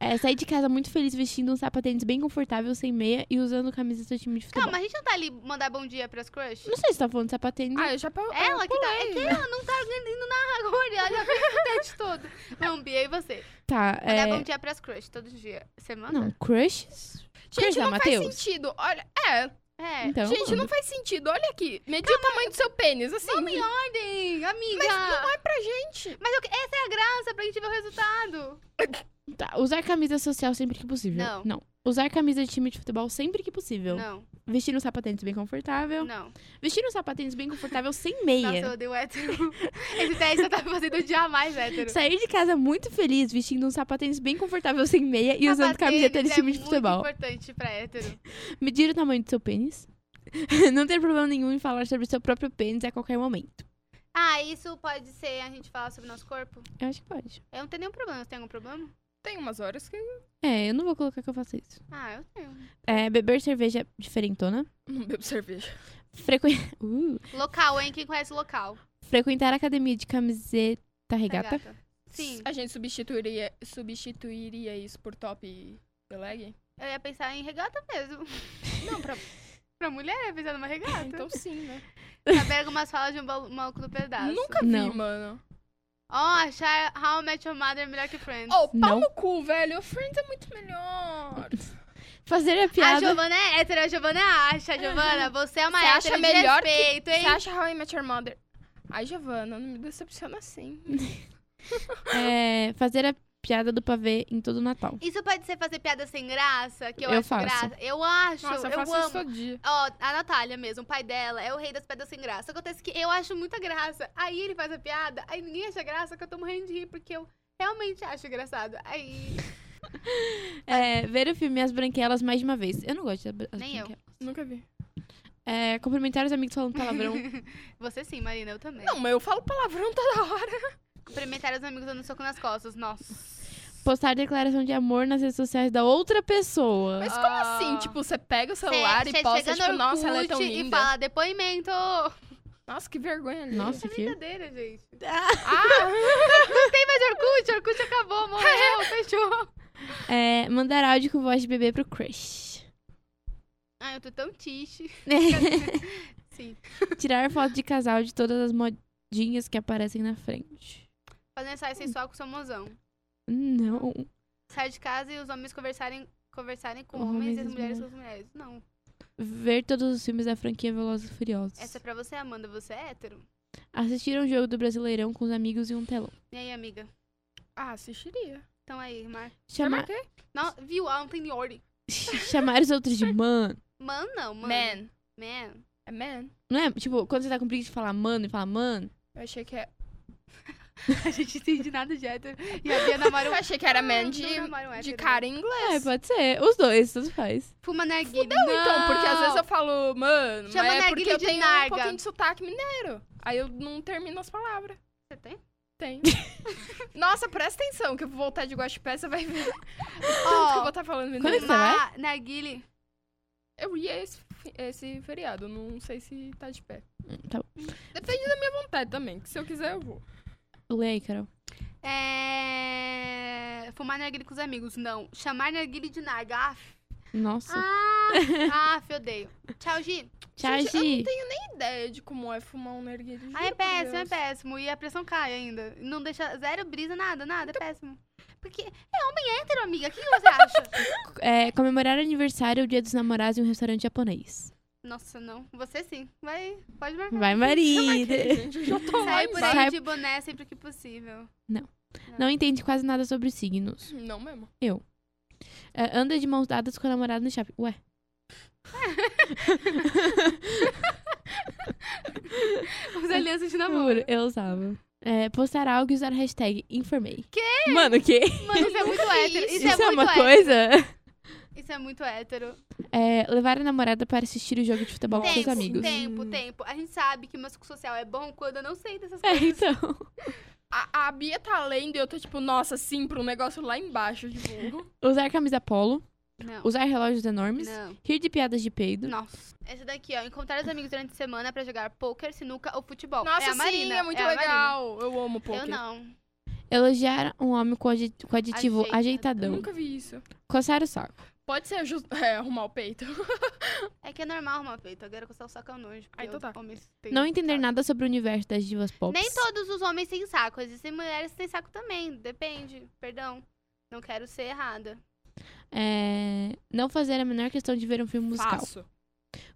é. Sair de casa muito feliz vestindo um sapatênis bem confortável, sem meia e usando camisa do seu time de futebol. Calma, a gente não tá ali mandar bom dia pras crush? Não sei se tá falando de sapatênis. Ah, eu já pa- eu Ela que tá, é pulei. que ela não tá indo na agora, ela já fez o teste todo. Não, Bia, e você? tá, Mandar bom é. dia pras crush todo dia. Você manda? Não, crushes? Gente, Crushes, não Matheus? faz sentido. Olha, é. É. Então, Gente, não faz sentido. Olha aqui. Medir o tamanho do seu pênis, assim. Vamos em ordem, amiga. Mas não é pra gente. Mas eu que- essa é a graça pra gente ver o resultado. tá, usar camisa social sempre que possível. Não. Usar camisa de time de futebol sempre que possível. Não, Vestir um sapatênis bem confortável. não. Vestir um sapatênis bem confortável sem meia. Nossa, eu odeio hétero. <laughs> Esse teste tá me fazendo odiar mais hétero. Sair de casa muito feliz, vestindo um sapatênis bem confortável sem meia e usando Sapatênis camiseta de time de É futebol. muito importante pra hétero. Medir o tamanho do seu pênis. <laughs> não ter problema nenhum em falar sobre o seu próprio pênis a qualquer momento. Ah, isso pode ser a gente falar sobre o nosso corpo? Eu acho que pode. Eu não tenho nenhum problema. Você tem algum problema? Tem umas horas que É, eu não vou colocar que eu faço isso. Ah, eu tenho. É, beber cerveja diferentona. não bebo <laughs> cerveja. Frequen... <laughs> Uh, Local, hein? Quem conhece local? frequentar a academia de camiseta regata. Sim. A gente substituiria, substituiria isso por top e leg? Eu ia pensar em regata <laughs> mesmo. Não, pra... Pra mulher, eu ia pensar numa Ah, regata. então sim, né? Saber algumas falas de um balu- maluco no pedaço. Nunca vi, Não. mano. Ó, achar How I Met Your Mother melhor que Friends. Oh, pau Não. no cu, velho. Friends é muito melhor. <laughs> Fazer a a piada. Giovana é hétero, a Giovana acha. Giovana, você é uma Você acha hétero de melhor que- respeito, hein? Você acha How I Met Your Mother? Ai, Giovana, não me decepciona assim. é, fazer a piada do pavê em todo o Natal. Isso pode ser fazer piada sem graça, que eu, Eu acho faço. graça. Eu acho, Nossa, eu, eu, faço isso amo. todo dia. Ó, a Natália mesmo, o pai dela, é o rei das piadas sem graça. Acontece que eu acho muita graça. Aí ele faz a piada, aí ninguém acha graça, que eu tô morrendo de rir, porque eu realmente acho engraçado. Aí. É, ver o filme As Branquelas mais de uma vez. Eu não gosto de As Branquelas. Nem eu. Nunca vi. É, cumprimentar os amigos <laughs> falando palavrão. Você sim, Marina, eu também. Não, mas eu falo palavrão toda hora. Cumprimentar os amigos dando soco nas costas, nossa. postar declaração de amor nas redes sociais da outra pessoa. Mas como Ah. assim? Tipo, você pega o celular e posta, tipo, nossa, ela é tão e linda. fala depoimento. Nossa, que vergonha. alheia. Nossa, É que. brincadeira, <laughs> gente. Ah, Tem mais Orkut, Orkut acabou, morreu, <laughs> fechou. É, mandar áudio com voz de bebê pro crush. É, Ai, eu tô tão tiche. <laughs> Sim. <laughs> Tirar foto de casal de todas as modinhas que aparecem na frente. Fazendo ensaio sensual com seu mozão. Não. Sair de casa e os homens conversarem, conversarem com Os homens homens e as e as mulheres com as mulheres. Não. Ver todos os filmes da franquia Velozes e Furiosos. Essa é pra você, Amanda. Você é hétero? Assistir um jogo do Brasileirão com os amigos e um telão. E aí, amiga? ah, assistiria. Então aí, Mar. Já Chamar, marquei? Não, viu? Ah, não tem de ordem. <laughs> chamar os outros de mano. Man, não. Man. Man. Man. <laughs> É man? Não é? Tipo, quando você tá com preguiça de falar mano e fala mano. Eu achei que é... A gente não entende nada de hétero. E a Bia namora Eu um... achei que era man Não, de, não namora um hétero, de não. cara em inglês. É, pode ser. Os dois, tanto faz. Fuma narguilha. Então, porque às vezes eu falo, mano, Chama mas é narguilé porque eu de tenho um narga. pouquinho de sotaque mineiro. Aí eu não termino as palavras. Você tem? <laughs> Tem. Nossa, presta atenção, que eu vou voltar de Guaxupé, você vai ver tudo que eu vou Ó, estar falando Quando é mineiro. que você vai? fumar narguile. Eu ia esse, fi- esse feriado, não sei se tá de pé. Hum, Tá bom. Depende da minha vontade também, que se eu quiser eu vou. Lê aí, Carol. É... Fumar narguile com os amigos. Não. Chamar narguile de narga. Af, Nossa. Ah, af, eu odeio. Tchau, Gi. Tchau, Gente, eu não Gi. tenho nem ideia de como é fumar um narguilho. Ah, é juro por péssimo, é Deus. péssimo. E a pressão cai ainda. Não deixa zero brisa, nada, nada. É péssimo. Porque é homem hétero, amiga. O que que você acha? <laughs> É, comemorar aniversário, o dia dos namorados em um restaurante japonês. Nossa, não. Você sim. Vai, pode marcar. Vai, Maria. Gente, eu já tô lá Sai por aí Sai- de boné sempre que possível. Não entende quase nada sobre os signos. Não mesmo. É, anda de mãos dadas com o namorado no shopping. Ué. Os alianças de namoro. Juro, Eu usava. É, postar algo e usar a hashtag informei. Que? Mano, o quê? Mano, isso é muito hétero. Isso, é, muito uma hétero. coisa? Isso é muito hétero. É, levar a namorada para assistir o jogo de futebol com seus Tempo, amigos. tempo, tempo. A gente sabe que meu social é bom quando eu não sei dessas É, coisas. então. A, a Bia tá lendo e eu tô tipo, nossa, sim, pra um negócio lá embaixo, tipo. Usar camisa polo. Não. Usar relógios enormes. Não. Rir de piadas de peido. Nossa. Essa daqui, ó. Encontrar os amigos durante a semana pra jogar poker, sinuca ou futebol. Nossa, é a sim, Marina. é muito a Marina. legal. Eu amo poker. Eu não. Elogiar um homem com, adi- com aditivo Ajeitado. Eu ajeitadão. nunca vi isso. Coçar o saco. Pode ser ju- <laughs> é, arrumar o peito. É que é normal uma feita. Agora coçar o saco é um nojo. porque Ah, então eu- tá. homens têm Não entender saco. nada sobre o universo das divas pop. Nem todos os homens têm saco. Existem mulheres que têm saco também. Depende. Perdão. Não quero ser errada. É, Não fazer a menor questão de ver um filme <laughs> musical. Faço.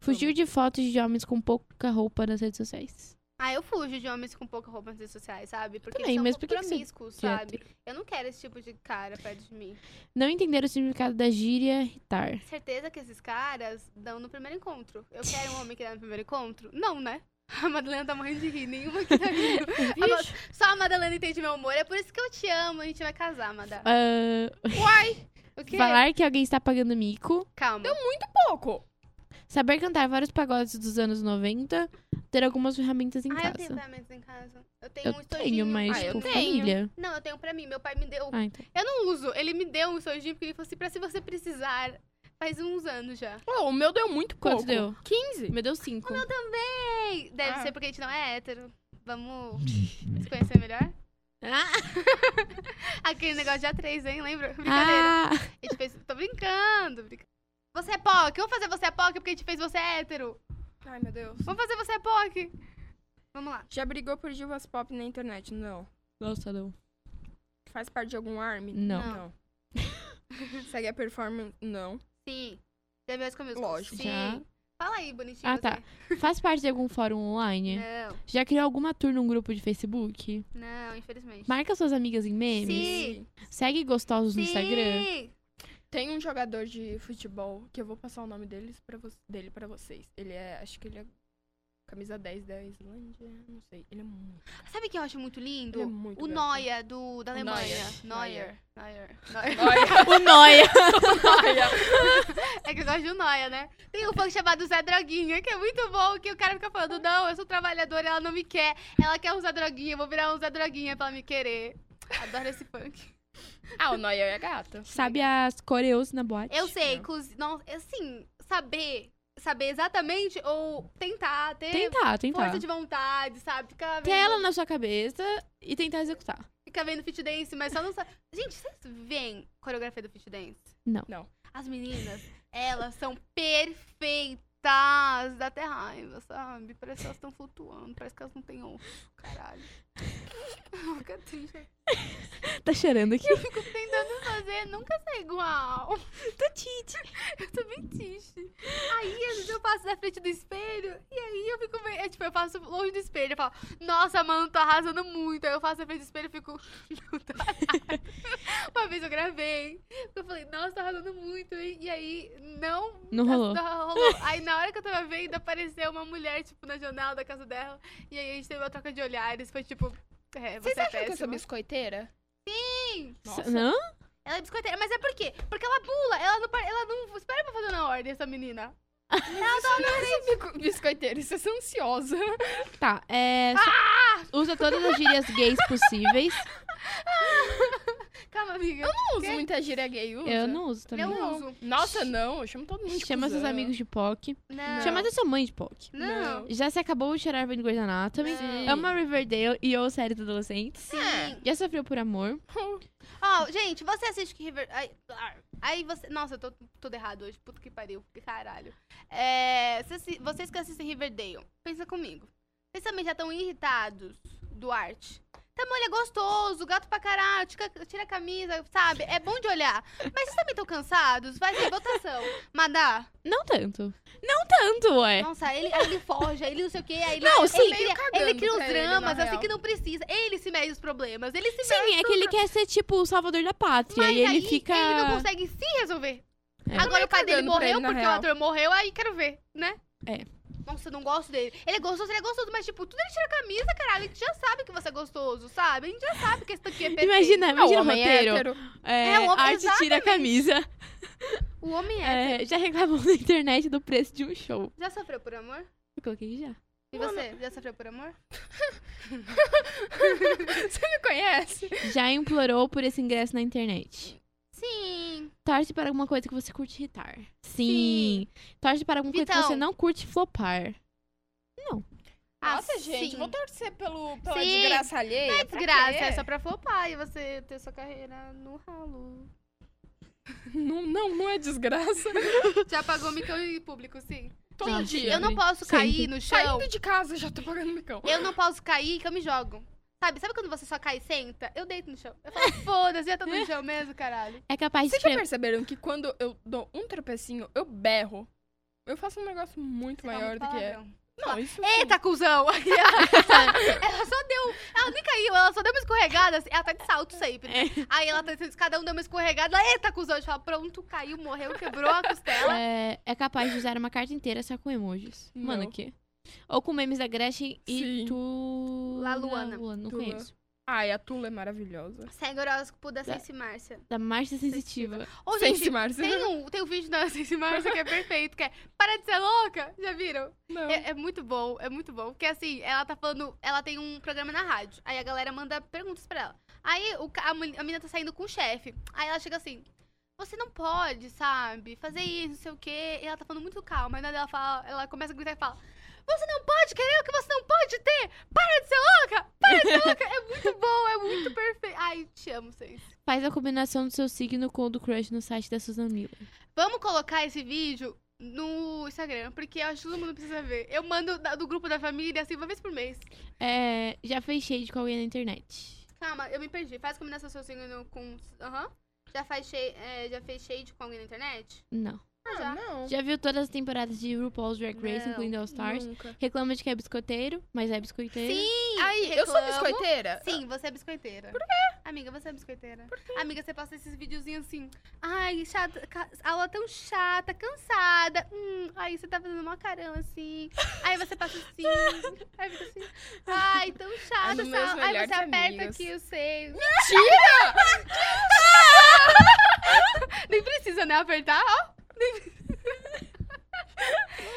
Fugir de fotos de homens com pouca roupa nas redes sociais. Ah, eu fujo de homens com pouca roupa nas redes sociais, sabe? Porque Também, eles são mas um por pouco que que você promíscuos, sabe? Eu não quero esse tipo de cara perto de mim. Não entender o significado da gíria irritar. Certeza que esses caras dão no primeiro encontro. Eu quero um homem que dá no primeiro encontro? Não, né? <laughs> A Madalena tá morrendo de rir, nenhuma aqui tá rindo. A Ma- Só a Madalena entende meu humor, é por isso que eu te amo, a gente vai casar, Madalena. Ah, O quê? falar que alguém está pagando mico. Calma. Pouco. Saber cantar vários pagodes dos anos 90. Ter algumas ferramentas em ah, eu tenho casa. ferramentas em casa. Eu tenho Eu um estojinho. tenho, mas Ah, eu com tenho. família. Não, eu tenho pra mim, meu pai me deu. Ah, então. Eu não uso, ele me deu um estojinho porque ele falou assim, pra se você precisar. Faz uns anos já. Pô, o meu deu muito pouco. Quanto deu? 15. Meu Deus, cinco. Oh, Ei, deve Ah. ser porque a gente não é hétero. Vamos <laughs> se conhecer melhor? Ah, Aquele negócio de A3, hein? Lembra? Brincadeira. ah, A gente fez. Tô brincando, brincando. Você é POC, vamos fazer você é POC porque a gente fez você é hétero. Ai, meu Deus. Vamos fazer você é POC. Vamos lá. Já brigou por divas pop na internet? Não. nossa, não. Faz parte de algum army? Não. Não. Não. <laughs> Segue a performance? Não. Sim. Já viu as comigo? Lógico. Sim. Já. Fala aí, bonitinho. Ah, você. tá. Faz parte de algum fórum online? Não, Já criou alguma tour num grupo de Facebook? não, infelizmente. Marca suas amigas em memes? Sim. Segue gostosos Sim. <laughs> no Instagram? Tem um jogador de futebol que eu vou passar o nome deles pra vo- dele pra vocês. Ele é, acho que ele é camisa 10 da Islândia, não sei. Ele é muito, Sabe quem eu acho muito lindo? ele é muito o gato. Noia do, da Alemanha. Neuer. Neuer. Neuer. Neuer. <laughs> o Noia! <laughs> É que eu gosto de um Noia, né? Tem um fã chamado Zé Droguinha, que é muito bom, que o cara fica falando, não, eu sou trabalhadora, ela não me quer. Ela quer usar droguinha, eu vou virar um Zé Droguinha pra ela me querer. Adoro esse <laughs> funk. Ah, o Neuer é gato. Sabe as coreos na boate? Eu sei, Não. cozi- não, assim, saber, saber exatamente ou tentar ter Tentar, tentar. é força de vontade, sabe? Ficar Ter vendo, ela na sua cabeça e tentar executar. ficar vendo fit dance, mas só não sabe. Gente, vocês veem coreografia do fit dance? Não. Não. As meninas, elas são perfeitas. Dá até raiva, sabe? Parece que elas estão flutuando, parece que elas não têm osso. Caralho. <laughs> Fica triste. Tá cheirando aqui? Fico tentando fazer, nunca ser <laughs> igual. Tô tite. Eu tô bem triste. Aí, às vezes, eu passo na frente do espelho e aí eu fico bem. É, tipo, eu passo longe do espelho eu falo, nossa, mano, tô arrasando muito. Aí eu passo na frente do espelho e fico. <laughs> Não, tô arrasando." <laughs> Uma vez eu gravei. Eu falei, nossa, tô arrasando muito. hein?" E aí, não. Não rolou. não rolou. Aí na hora que eu tava vendo, apareceu uma mulher, tipo, na janela da casa dela. E aí a gente teve uma troca de olhares. Foi tipo. É, você Vocês é acham que eu sou péssima. biscoiteira? Sim! Nossa. Não? Ela é biscoiteira, mas é por quê? Porque ela pula, ela não, par- ela não espera pra fazer na ordem, essa menina. Bico- Biscoiteira, isso é ansiosa. Tá, é. Ah! so- Usa todas as gírias gays possíveis. Calma, amiga. Não uso muita gíria gay, usa? Eu não uso também. Eu Não. uso. Nossa, não. Eu chamo todo mundo de Chama seus cuzão. amigos de POC. Não. Chama até sua mãe de POC. Não. Não. Já se acabou de cheirar vendo Grey's Anatomy. Sim. Ama Riverdale e ou séries adolescentes. Sim. Já sofreu por amor. assim. Ó, gente, você assiste que River. Ai, ar. aí você. Nossa, eu tô tudo errado hoje. Puta que pariu. Que caralho. É, se assi- vocês que assistem Riverdale, pensa comigo. Vocês também já estão irritados do arte. Tá molha gostoso, gato pra caralho, tira, tira a camisa, sabe? É bom de olhar. Mas vocês também estão cansados? Vai ter votação. Madá, Não tanto. Não tanto, ué. nossa, ele, aí ele forja, ele não sei o quê, aí ele. é Não, sim. ele, cria, cagando ele cria os pra ele, na dramas, assim real. que não precisa. Ele se mede os problemas, ele se mede. Sim, é que ele quer ser tipo o salvador da pátria. Mas e ele aí fica. ele não consegue se resolver. É. Agora Também o pai dele cagando pra morreu ele, na porque o real. ator morreu, aí quero ver, né? É. Nossa, eu não gosto dele. Ele é gostoso, ele é gostoso, mas tipo, tudo ele tira a camisa, caralho. A gente já sabe que você é gostoso, sabe? A gente já sabe que esse daqui é perfeito. Imagina, Ah, o imagina o homem é roteiro. hétero. É, É, o homem- arte tira a exatamente. camisa. O homem é. É, já reclamou na internet do preço de um show. Já sofreu por amor? Eu coloquei já. E Mano. você? Já sofreu por amor? Você me conhece? Já implorou por esse ingresso na internet. Sim. Torce para alguma coisa que você curte irritar. Sim. Torce para alguma coisa que Vitão. você não curte flopar. Ah, Nossa, gente, sim. vou torcer pelo, pela Sim. desgraça alheia. Não é pra desgraça, quê? é só pra flopar e você ter sua carreira no ralo. Não, não, não é desgraça. Já pagou micão em público, sim. <laughs> Todo Gente, dia. Eu não posso Sempre. cair no chão. Saindo de casa, já tô pagando micão. Eu não posso cair que eu me jogo. Sabe, sabe quando você só cai e senta? Eu deito no chão. Eu falo, foda-se, eu tô no chão mesmo, caralho. É capaz Vocês de já escrever. perceberam que quando eu dou um tropecinho, eu berro? Eu faço um negócio muito Você fala maior muito do que é. palavrão. Não, isso. Eita, cuzão! Aí ela, <laughs> ela só deu. Ela nem caiu, ela só deu uma escorregada. assim, Ela tá de salto sempre. É. Aí ela tá. Cada um deu uma escorregada. ela, Eita, cuzão! A gente fala, pronto, caiu, morreu, quebrou a costela. É, é capaz de usar uma carta inteira só com emojis. Mano, Não. que? Ou com memes da Gretchen e Sim. tu. La Luana. Não, não Tula. conheço. Ai, a Tula é maravilhosa. Segue o horóscopo da Sense Márcia. Da Márcia Sensitiva. Ô, Sem gente, Márcia. tem um, tem um vídeo da Sense Márcia que é perfeito, que é Para de ser louca! Já viram? Não. É, é muito bom, é muito bom. Porque assim, ela tá falando. Ela tem um programa na rádio. Aí a galera manda perguntas pra ela. Aí o ca- a, mul- a menina tá saindo com o chefe. Aí ela chega assim. Você não pode, sabe? Fazer isso, não sei o quê. E ela tá falando muito calma. Aí na hora ela fala, ela começa a gritar e fala: Você não pode querer o que você não pode ter! Para de ser louca! Para de ser louca! É muito bom, é muito perfeito. Ai, te amo, vocês. Faz a combinação do seu signo com o do crush no site da Susan Miller. Vamos colocar esse vídeo no Instagram, porque eu acho que todo mundo precisa ver. Eu mando da- do grupo da família assim uma vez por mês. É, já fez shade com alguém na internet. Calma, eu me perdi. Faz combinação seu signo com. Aham. Já, faz shade, é, já fez shade com alguém na internet? Não. Ah, Ah, já. não. Já viu todas as temporadas de RuPaul's Drag Race, Não, incluindo All Stars? Nunca. Reclama de que é biscoiteiro, mas é biscoiteiro. Sim! Aí, eu sou reclamo. biscoiteira? Sim, você é biscoiteira. Por quê? Amiga, você é biscoiteira. Por quê? Amiga, você posta esses videozinhos assim. Ai, chata, ca- aula tão chata, cansada. Hum, aí você tá fazendo uma carão assim. Aí você passa <laughs> assim. aí fica assim. Ai, tão chata. dos meus essa aula. Aí melhores você aperta amigos. aqui o seio. Mentira! <laughs> Nem precisa, né? Apertar, ó. Nem...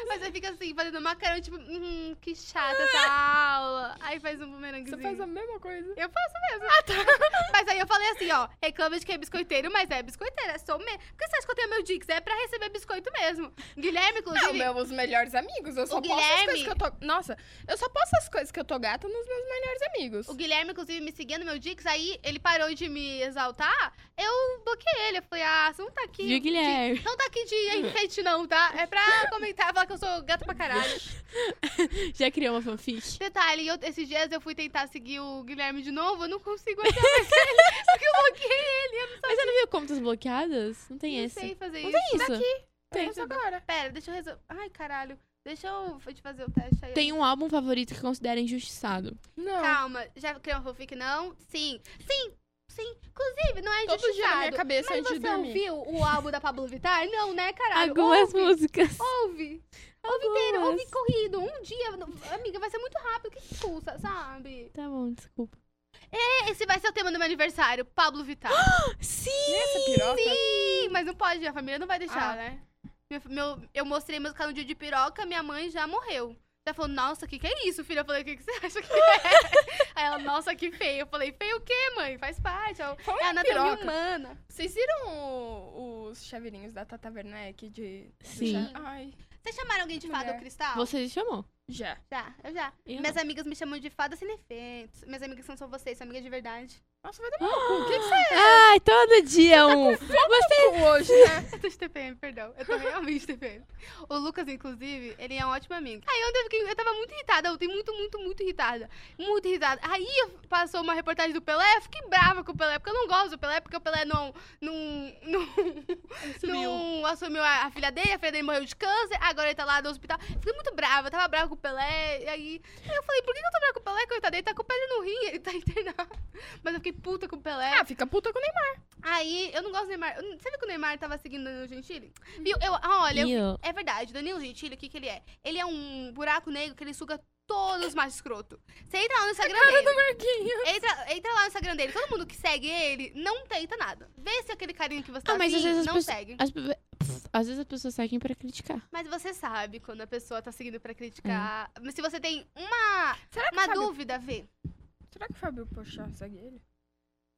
Mas aí fica assim, fazendo uma carão, tipo, hum, que chata essa aula. Aí faz um bumeranguezinho. Você faz a mesma coisa. Eu faço mesmo. Mas aí eu falei assim, ó, reclama de que é biscoiteiro, mas é biscoiteira, sou mesmo. Por que você acha que eu tenho meu Dix? É pra receber biscoito mesmo. Guilherme, Não, inclusive. meus melhores amigos. Eu só O posto as coisas que Guilherme- eu tô. Nossa, eu só posto as coisas que eu tô gata nos meus melhores amigos. O Guilherme, inclusive, me seguia no meu Dix, aí ele parou de me exaltar, eu bloqueei ele. Eu falei, ah, você não tá aqui. Viu, Guilherme? <laughs> de- Não tá aqui de enfeite, não, tá? É pra comentar, falar que eu sou gata pra caralho. Já criou uma fanfic? Detalhe, eu- esses dias eu fui tentar seguir o Guilherme de novo, eu não consigo achar mais ele, porque eu bloqueei ele, eu não Mas você não viu contas bloqueadas? Não tem esse. sei fazer Não isso. tem é isso. Eu Tem. faço agora. Pera, deixa eu resolver. Ai, caralho. Deixa eu te fazer o teste aí. Tem um álbum favorito que considera injustiçado. Não. Calma, já criou uma fanfic, não? Sim. Sim, sim. Inclusive, não é Todo dia na minha injustiçado. cabeça Mas antes de você é um dormir. ouviu o álbum da Pablo Vittar? Não, né, caralho? Algumas ouve, músicas. ouve. Ouve inteiro, Algumas. ouve corrido. Um dia, no- amiga, vai ser muito rápido. Que expulsa, sabe? Tá bom, desculpa. Esse vai ser o tema do meu aniversário, Pablo Vittar. <gasps> Sim! Nessa piroca. sim, mas não pode, a família não vai deixar, Ah. né? Meu, meu- eu mostrei meu canal de de piroca, minha mãe já morreu. Ela falou, nossa, o que, que é isso, filha? Eu falei, o que, que você acha que é? <laughs> Aí ela, nossa, que feio. Eu falei, feio o quê, mãe? Faz parte. ó. Fala É a em anatomia piroca. humana. Vocês viram o- os chaveirinhos da Tata Werneck de... do Sim. cha- Ai, Vocês chamaram alguém de fada Mulher. ou cristal? Você se chamou. já. Já, É. eu já. Eu Minhas amigas me chamam de fada sem efeitos. Minhas amigas são só vocês, são amigas de verdade. Nossa, vai <gasps> tomar no cu. O que, que você Ai, todo dia um. é cu hoje, né? <laughs> Eu tô de TPM, perdão. Eu tô realmente de TPM. O Lucas, inclusive, ele é um ótimo amigo. Aí ontem eu, fiquei, eu tava muito irritada, ontem muito, muito, muito irritada. Muito irritada. Aí eu- passou uma reportagem do Pelé, eu fiquei brava com o Pelé, porque eu não gosto do Pelé, porque o Pelé não... não, não Não assumiu a, a filha dele, a filha dele morreu de câncer, agora ele tá lá no hospital. Fiquei muito brava, eu tava brava com o Pelé. E aí, aí eu falei, por que que eu tô brava com o Pelé, coitado? Ele tá com o Pelé no rim, ele tá internado. Mas eu fiquei puta com o Pelé. Ah, fica puta com o Neymar. Aí, eu não gosto do Neymar. Eu não- Você viu que o Neymar tava seguindo o Danilo Gentili? Uhum. Viu? Eu, ah, olha, eu- Eu. é verdade. Danilo Gentili, o que que ele é? Ele é um buraco negro que ele suga todos os machos escroto. Você entra lá no Instagram dele. Entra, entra lá no Instagram dele. Todo mundo que segue ele não tenta nada. Vê se aquele carinha que você tá Ah, mas às afim, vezes as não pessoas- segue. As pe- Pff, Às vezes as pessoas seguem pra criticar. Mas você sabe quando a pessoa tá seguindo pra criticar. Hum. Mas se você tem uma, Será que, uma sabe- dúvida, vê. Será que o Fábio Pochá segue ele?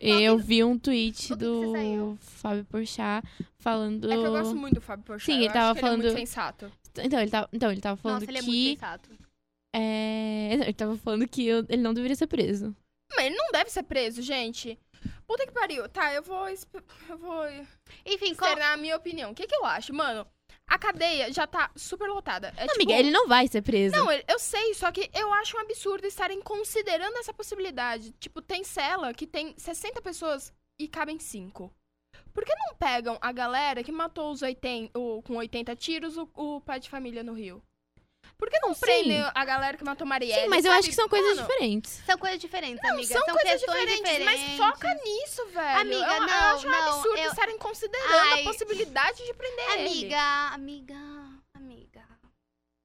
Eu vi um tweet O que que você do saiu? Fábio Porchat falando... É que eu gosto muito do Fábio Pochá. Sim, eu ele acho tava que falando- Ele é muito sensato. Então, ele tava, então, ele tava falando Nossa, ele é muito que... sensato. é, Ele tava falando que eu- ele não deveria ser preso. Mas ele não deve ser preso, gente. Puta que pariu. Tá, eu vou. exp- Eu vou Enfim, qual... externar a minha opinião. O que, que eu acho, mano? A cadeia já tá super lotada. É Não, tipo- amiga, ele não vai ser preso. Não, eu eu sei, só que eu acho um absurdo estarem considerando essa possibilidade. Tipo, tem cela que tem 60 pessoas e cabem 5. Por que não pegam a galera que matou os 80, o, com 80 tiros o, o pai de família no Rio? Por que não Sim. prendem a galera que matou Marielle? Sim, mas eu sabe? acho que são coisas Mano, diferentes. São coisas diferentes, Não, amiga. são, coisas questões diferentes, mas foca nisso, velho. Amiga, eu, eu não, acho um não, absurdo eu- estarem considerando Ai. a possibilidade de prender É ele. Amiga, amiga, amiga.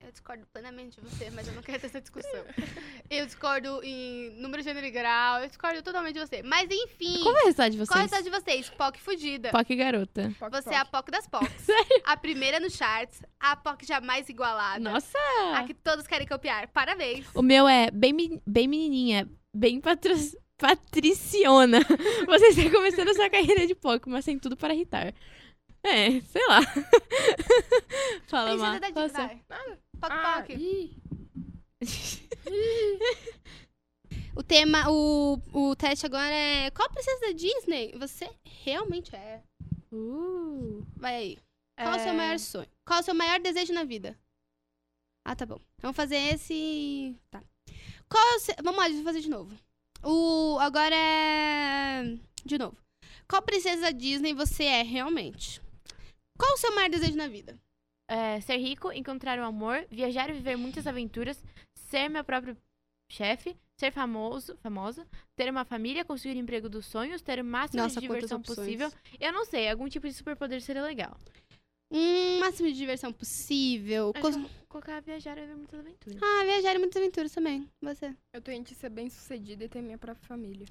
Eu discordo plenamente de você, mas eu não quero ter essa discussão. <laughs> Eu discordo em número, gênero e grau, eu discordo totalmente de você. Mas enfim, Qual é a resultado de qual é a vocês? história de vocês? POC fudida. POC garota. Poc, Você poc. é a POC das <laughs> POCs. A primeira no charts, a POC jamais igualada. Nossa! A que todos querem copiar. Parabéns. O meu é bem, men- bem menininha, bem patro... patriciona. <laughs> Você está começando sua carreira de POC, mas tem tudo para irritar. É, sei lá. <laughs> Fala, Má. Princesa da Qual Disney, o seu? vai. POC, Ah, POC. <laughs> O tema, o, o teste agora é qual princesa da Disney você realmente é? Uh. Vai aí. Qual É. o seu maior sonho? Qual o seu maior desejo na vida? Ah, tá bom. Vamos fazer esse. Tá. Qual o seu... Vamos lá, deixa eu fazer de novo. O. Agora é. De novo. Qual princesa Disney você é realmente? Qual o seu maior desejo na vida? É, ser rico, encontrar o amor, viajar e viver muitas aventuras, ser meu próprio chefe, ser famoso, famosa, ter uma família, conseguir o emprego dos sonhos, ter o máximo Nossa, de quantas diversão opções. possível. Eu não sei, algum tipo de superpoder seria legal. Hum, máximo de diversão possível. Acho Cos- que eu vou colocar viajar e viver muitas aventuras. Ah, viajar e muitas aventuras também. Você. Eu tenho de ser bem sucedida e ter minha própria família.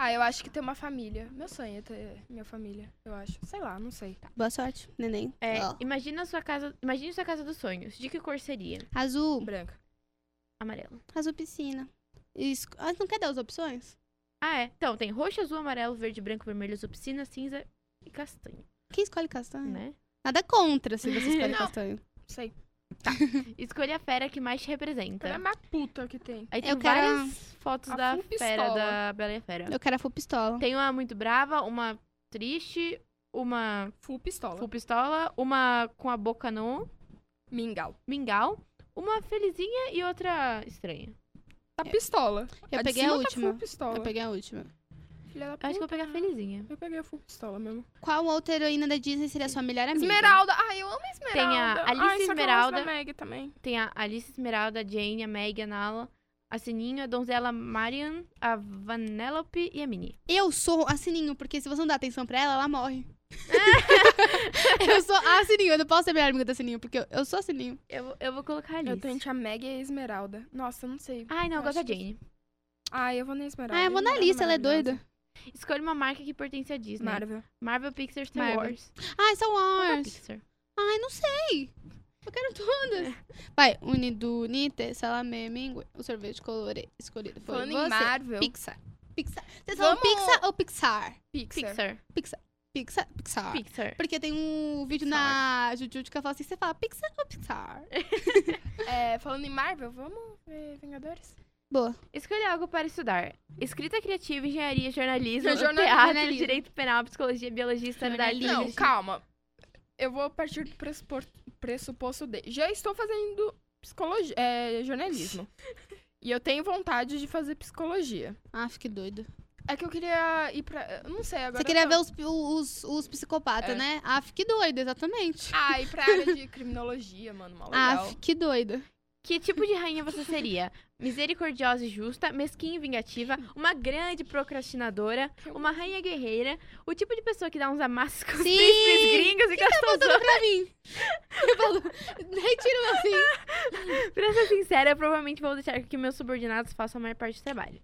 Ah, eu acho que ter uma família. Meu sonho é ter minha família, eu acho. Sei lá, não sei. Boa sorte, neném. É, Ó. imagina sua casa, imagine sua casa dos sonhos. De que cor seria? Azul, Branca. Amarelo. azul piscina. Esco... Ah, não quer dar as opções? Ah, é. Então, tem roxo, azul, amarelo, verde, branco, vermelho, azul, piscina, cinza e castanho, Quem escolhe castanho? né? Nada contra se você escolhe castanho. <laughs> Não sei. Escolha a fera que mais te representa. Ela é mais puta que tem. Aí tem Eu quero um- várias fotos a da full fera, pistola. da Bela e a Fera. Eu quero um- a full pistola. Tem uma muito brava, uma triste, uma Full pistola. full pistola, uma com a boca no Mingau. mingau, uma felizinha e outra estranha. Tá pistola. Eu de peguei cima a tá última. full pistola. Eu peguei a última. Filha da Eu acho que eu vou puta. pegar a felizinha. Eu peguei a full pistola mesmo. Qual outra heroína da Disney seria sua melhor amiga? Esmeralda. Ai, eu amo a Alice Esmeralda. Ai, só que eu gosto Esmeralda. da Meg também. Tem a Alice Esmeralda, a Jane, a Meg, a Nala, a Sininho, a Donzela Marian, a Vanellope e a Minnie. Eu sou a Sininho, porque se você não dá atenção pra ela, ela <laughs> morre. eu sou a Sininho. Eu não posso ser a melhor amiga da Sininho, porque eu, eu sou a Sininho. Eu, vou- eu vou colocar a Alice. Eu tô entre a Meg e a Esmeralda. Nossa, eu não sei. Ai, não, eu Eu gosto da acho que- Jane. Ai, eu vou na Esmeralda. ah, eu vou na Esmeralda Alice, ela é maravilhosa. doida. Escolha uma marca que pertence à Disney. é Marvel. é Marvel, Pixar, Star Marvel. Wars. Ai, Star Marvel, Wars. Pixar. Ai, não sei. Eu quero todas. É. Vai, Unido, Nite, Salamé, Mingue. O sorvete colore escolhido foi Falando você. em Marvel. Pixar. Pixar. Vocês falam Vamos- Pixar ou Pixar? Pixar. Pixar. Pixar, Ah. Pixar. Pixar. Porque tem um vídeo na Jujutsu que ela fala assim, você fala Pixar ou Pixar? É, falando em Marvel, vamos ver Vingadores? Boa. Escolha algo para estudar. Escrita criativa, engenharia, jornalismo, Jornal- teatro, jornalismo. direito penal, psicologia, biologia, história Jornalismo. da Não, língua. calma. Eu vou partir do pressupor- pressuposto de. Já estou fazendo psicologia, é, <laughs> jornalismo. e eu tenho vontade de fazer psicologia. Ah, que doido. É que eu queria ir pra. eu Não sei agora. Você queria eu ver tô- os, os, os psicopatas, É. né? Ah, que doido, exatamente. Ah, ir pra área de criminologia, mano. Mó legal. Ah, que doido. <laughs> Que tipo de rainha você seria? Misericordiosa e justa, mesquinha e vingativa, uma grande procrastinadora, uma rainha guerreira, o tipo de pessoa que dá uns amassos com os Sim! príncipes gringos e que Tá voltando pra mim. Você falou, Retira o assim. Pra ser sincera, eu provavelmente vou deixar que meus subordinados façam a maior parte do trabalho.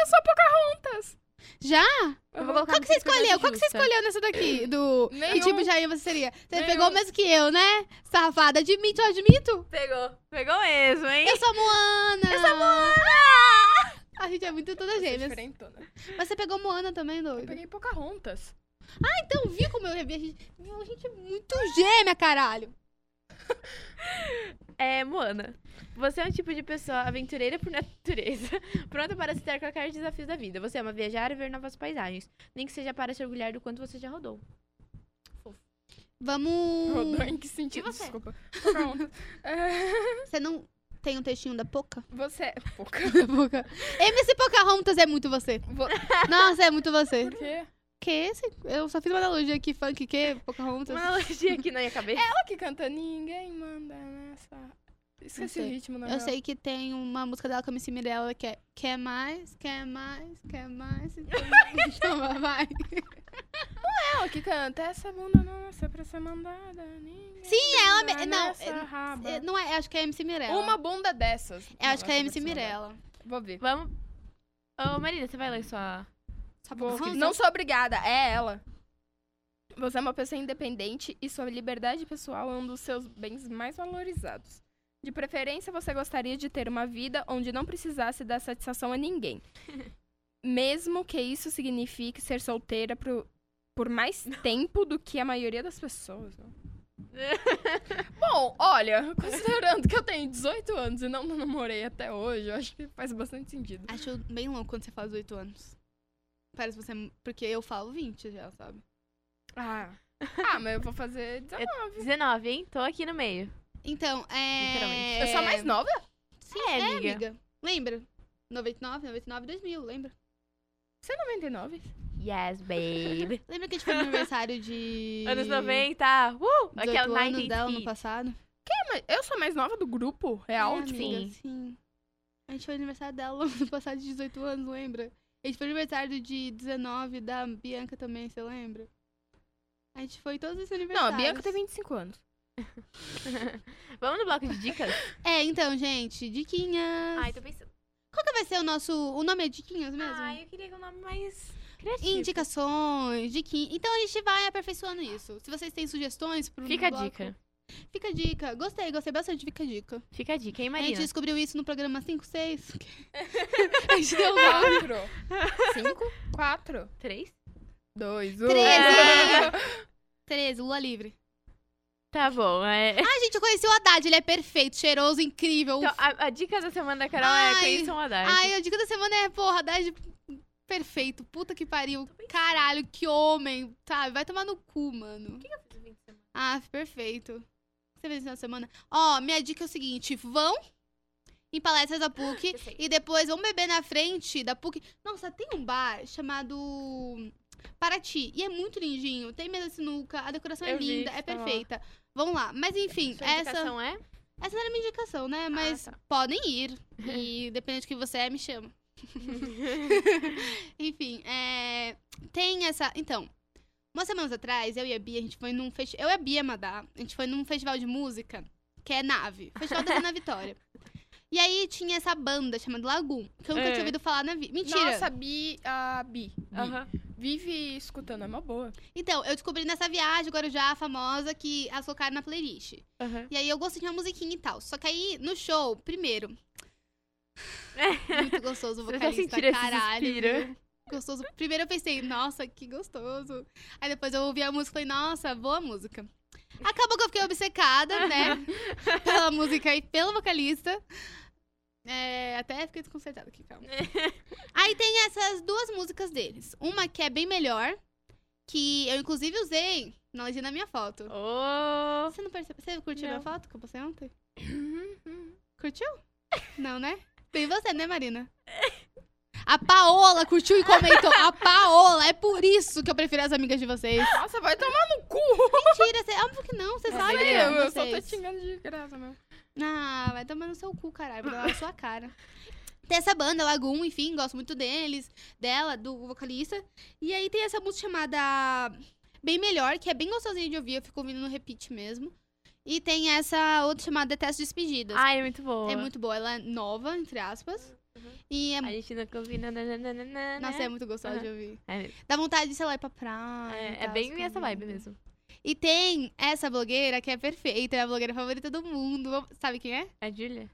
eu sou Pocahontas. Já? Eu vou Uhum. colocar Qual que você misericórdia escolheu? Qual que você justa. escolheu nessa daqui? Do... Que Nenhum. tipo de rainha você seria? Você Nenhum. pegou o mesmo que eu, né? Safada, admito, eu admito. Pegou. Pegou mesmo, hein? Eu sou a Moana. Eu sou a Moana. A gente é muito toda Eu sou gêmeas. diferentona. Mas você pegou Moana também, Eu doido? peguei Pocahontas. Então, viu como eu revi? A gente, viu? a gente é muito gêmea, caralho. É, Moana, você é um tipo de pessoa aventureira por natureza, <laughs> pronta para se ter qualquer desafio da vida. Você ama viajar e ver novas paisagens, nem que seja para se orgulhar do quanto você já rodou. Vamos... Rodou em que sentido? E você? Desculpa. Pocahontas. É, Você não tem um textinho da <laughs> Poca? você é. Poca. Da Poca. MC Pocahontas é muito você. Vo- Nossa, é muito você. Por quê? que? Sei- Eu só fiz uma analogia aqui, funk que, Pocahontas. Uma analogia aqui na minha cabeça. Ela que canta Ninguém Manda Nessa. Esqueci o sei. ritmo, é na Eu real. sei que tem uma música dela com a MC Mirella que é Quer mais, quer mais, quer mais, quer mais, <laughs> toma, vai. Ela que canta Essa bunda nossa é pra ser mandada. Ninguém Sim, ela manda me- não, nessa é- raba. É, Não é, acho que é MC Mirella. Ah, Uma bunda dessas. Eu acho Nossa, que é pra MC ser mandada. Mirella. Vou ver. Vamos. Ô, Marina, você vai ler sua. Só Vou- Pocahontas? Não sou obrigada, é ela. Você é uma pessoa independente e sua liberdade pessoal é um dos seus bens mais valorizados. De preferência, você gostaria de ter uma vida onde não precisasse dar satisfação a ninguém. <laughs> Mesmo que isso signifique ser solteira pro- por mais tempo do que a maioria das pessoas. <laughs> né? Bom, olha, considerando que eu tenho 18 anos e não namorei até hoje, eu acho que faz bastante sentido. Acho bem louco quando você faz 8 anos. Parece você. é Porque eu falo 20 já, sabe? Ah, ah mas eu vou fazer 19. 19, hein? Tô aqui no meio. Então, é. Literalmente. Eu sou a mais nova? Sim, É, é, amiga. amiga. Lembra? 99, 99, 2000, lembra? Você é 99? Yes, <laughs> baby. Lembra que a gente foi no aniversário de. Anos 90. Uh! Aqui é o 18 anos 90 dela no passado? É, mas eu sou a mais nova do grupo, real? é, tipo, amiga, Sim. sim. A gente foi no aniversário dela <laughs> no passado de 18 anos, lembra? A gente foi no aniversário de 19 da Bianca também, você lembra? A gente foi em todos esses Não, a aniversários. Bianca tem 25 <laughs> anos. Vamos no bloco de <laughs> dicas? É, então, gente, diquinhas. Ai, tô pensando. Qual que vai ser o nosso... O nome é diquinhas mesmo? Ai, eu queria que o nome mais criativo. Indicações, diquinhas. Então a gente vai aperfeiçoando isso. Se vocês têm sugestões pro Fica a um bloco, dica. Fica a dica. Gostei, gostei bastante. Fica a dica. Fica a dica, hein, A gente <laughs> Marina? descobriu isso no programa 5, 6. a <laughs> gente deu um 5, 4, Três? 2, 1. É. <laughs> 13! 13, Lula livre. Tá bom. É... Ah, gente, eu conheci o Haddad. Ele é perfeito, cheiroso, incrível. <laughs> um Então, a, a dica da semana da Carol é Ai. conheçam o Haddad. Ai, a dica da semana é, porra, Haddad perfeito. Puta que pariu. Caralho, que homem, sabe? Vai tomar no cu, mano. Ah, perfeito. O que você fez esse final de semana? Ó, minha dica é o seguinte: vão em palestras da PUC Eu sei. e depois vão beber na frente da PUC. Nossa, tem um bar chamado Paraty e é muito lindinho. Tem mesa de sinuca, a decoração Eu é vi linda, isso, é tá lá. perfeita. Vão lá. Mas enfim, Sua essa, indicação é? essa não era minha indicação, né? Mas tá. podem <laughs> ir. E dependendo de que você é, me chama. Enfim, é, tem essa. Então, umas semanas atrás, eu e a Bia, a gente foi num festival. Eu e a Bia Madá, a gente foi num festival de música, que é Nave Festival da <laughs> Ana Vitória. E aí tinha essa banda chamada Lagoon, que eu nunca É. tinha ouvido falar na vida. Mentira! Nossa, a Bi, a Bi, Bi. Aham. vive escutando, é uma boa. Então, eu descobri nessa viagem, Guarujá, famosa, que as colocaram na playlist. Aham. E aí eu gostei de uma musiquinha e tal. Só que aí, no show, <laughs> primeiro. Muito gostoso o Vocês vocalista, sentiram esse caralho. suspiro? viu? Gostoso. Primeiro eu pensei, nossa, que gostoso. Aí depois eu ouvi a música e falei, nossa, boa música. Acabou que eu fiquei <laughs> obcecada, né? pela música e pelo vocalista. É, até fiquei desconcertada aqui, <laughs> calma. Aí tem essas duas músicas deles. Uma que é bem melhor, que eu inclusive usei na legenda da minha foto. Ô, Você não percebeu? Você curtiu Não. minha foto que eu postei <laughs> ontem? Curtiu? Não, né? Tem você, né, Marina? A Paola curtiu e comentou. A Paola, é por isso que eu prefiro as amigas de vocês. Nossa, vai tomar no cu! Mentira, você, óbvio que não, você sabe. que eu, amo eu só tô vocês. te xingando de graça mesmo. Ah, vai tomar no seu cu, caralho. Vai tomar na <laughs> sua cara. Tem essa banda, Lagoon, enfim, gosto muito deles, dela, do vocalista. E aí tem essa música chamada Bem Melhor, que é bem gostosinha de ouvir, eu fico ouvindo no repeat mesmo. E tem essa outra chamada Detesto Despedidas. Ai, é muito boa. Uhum. é muito boa, ela é nova, entre aspas. E é. A gente nunca ouviu. nananana, Nossa, é muito gostosa Aham. de ouvir. né? É, Dá vontade de, sei lá, ir pra praia. e é, é tal, bem ficar essa vibe ouvindo. mesmo. E tem essa blogueira que é perfeita, é a blogueira favorita do mundo. Sabe quem é? É a Julia?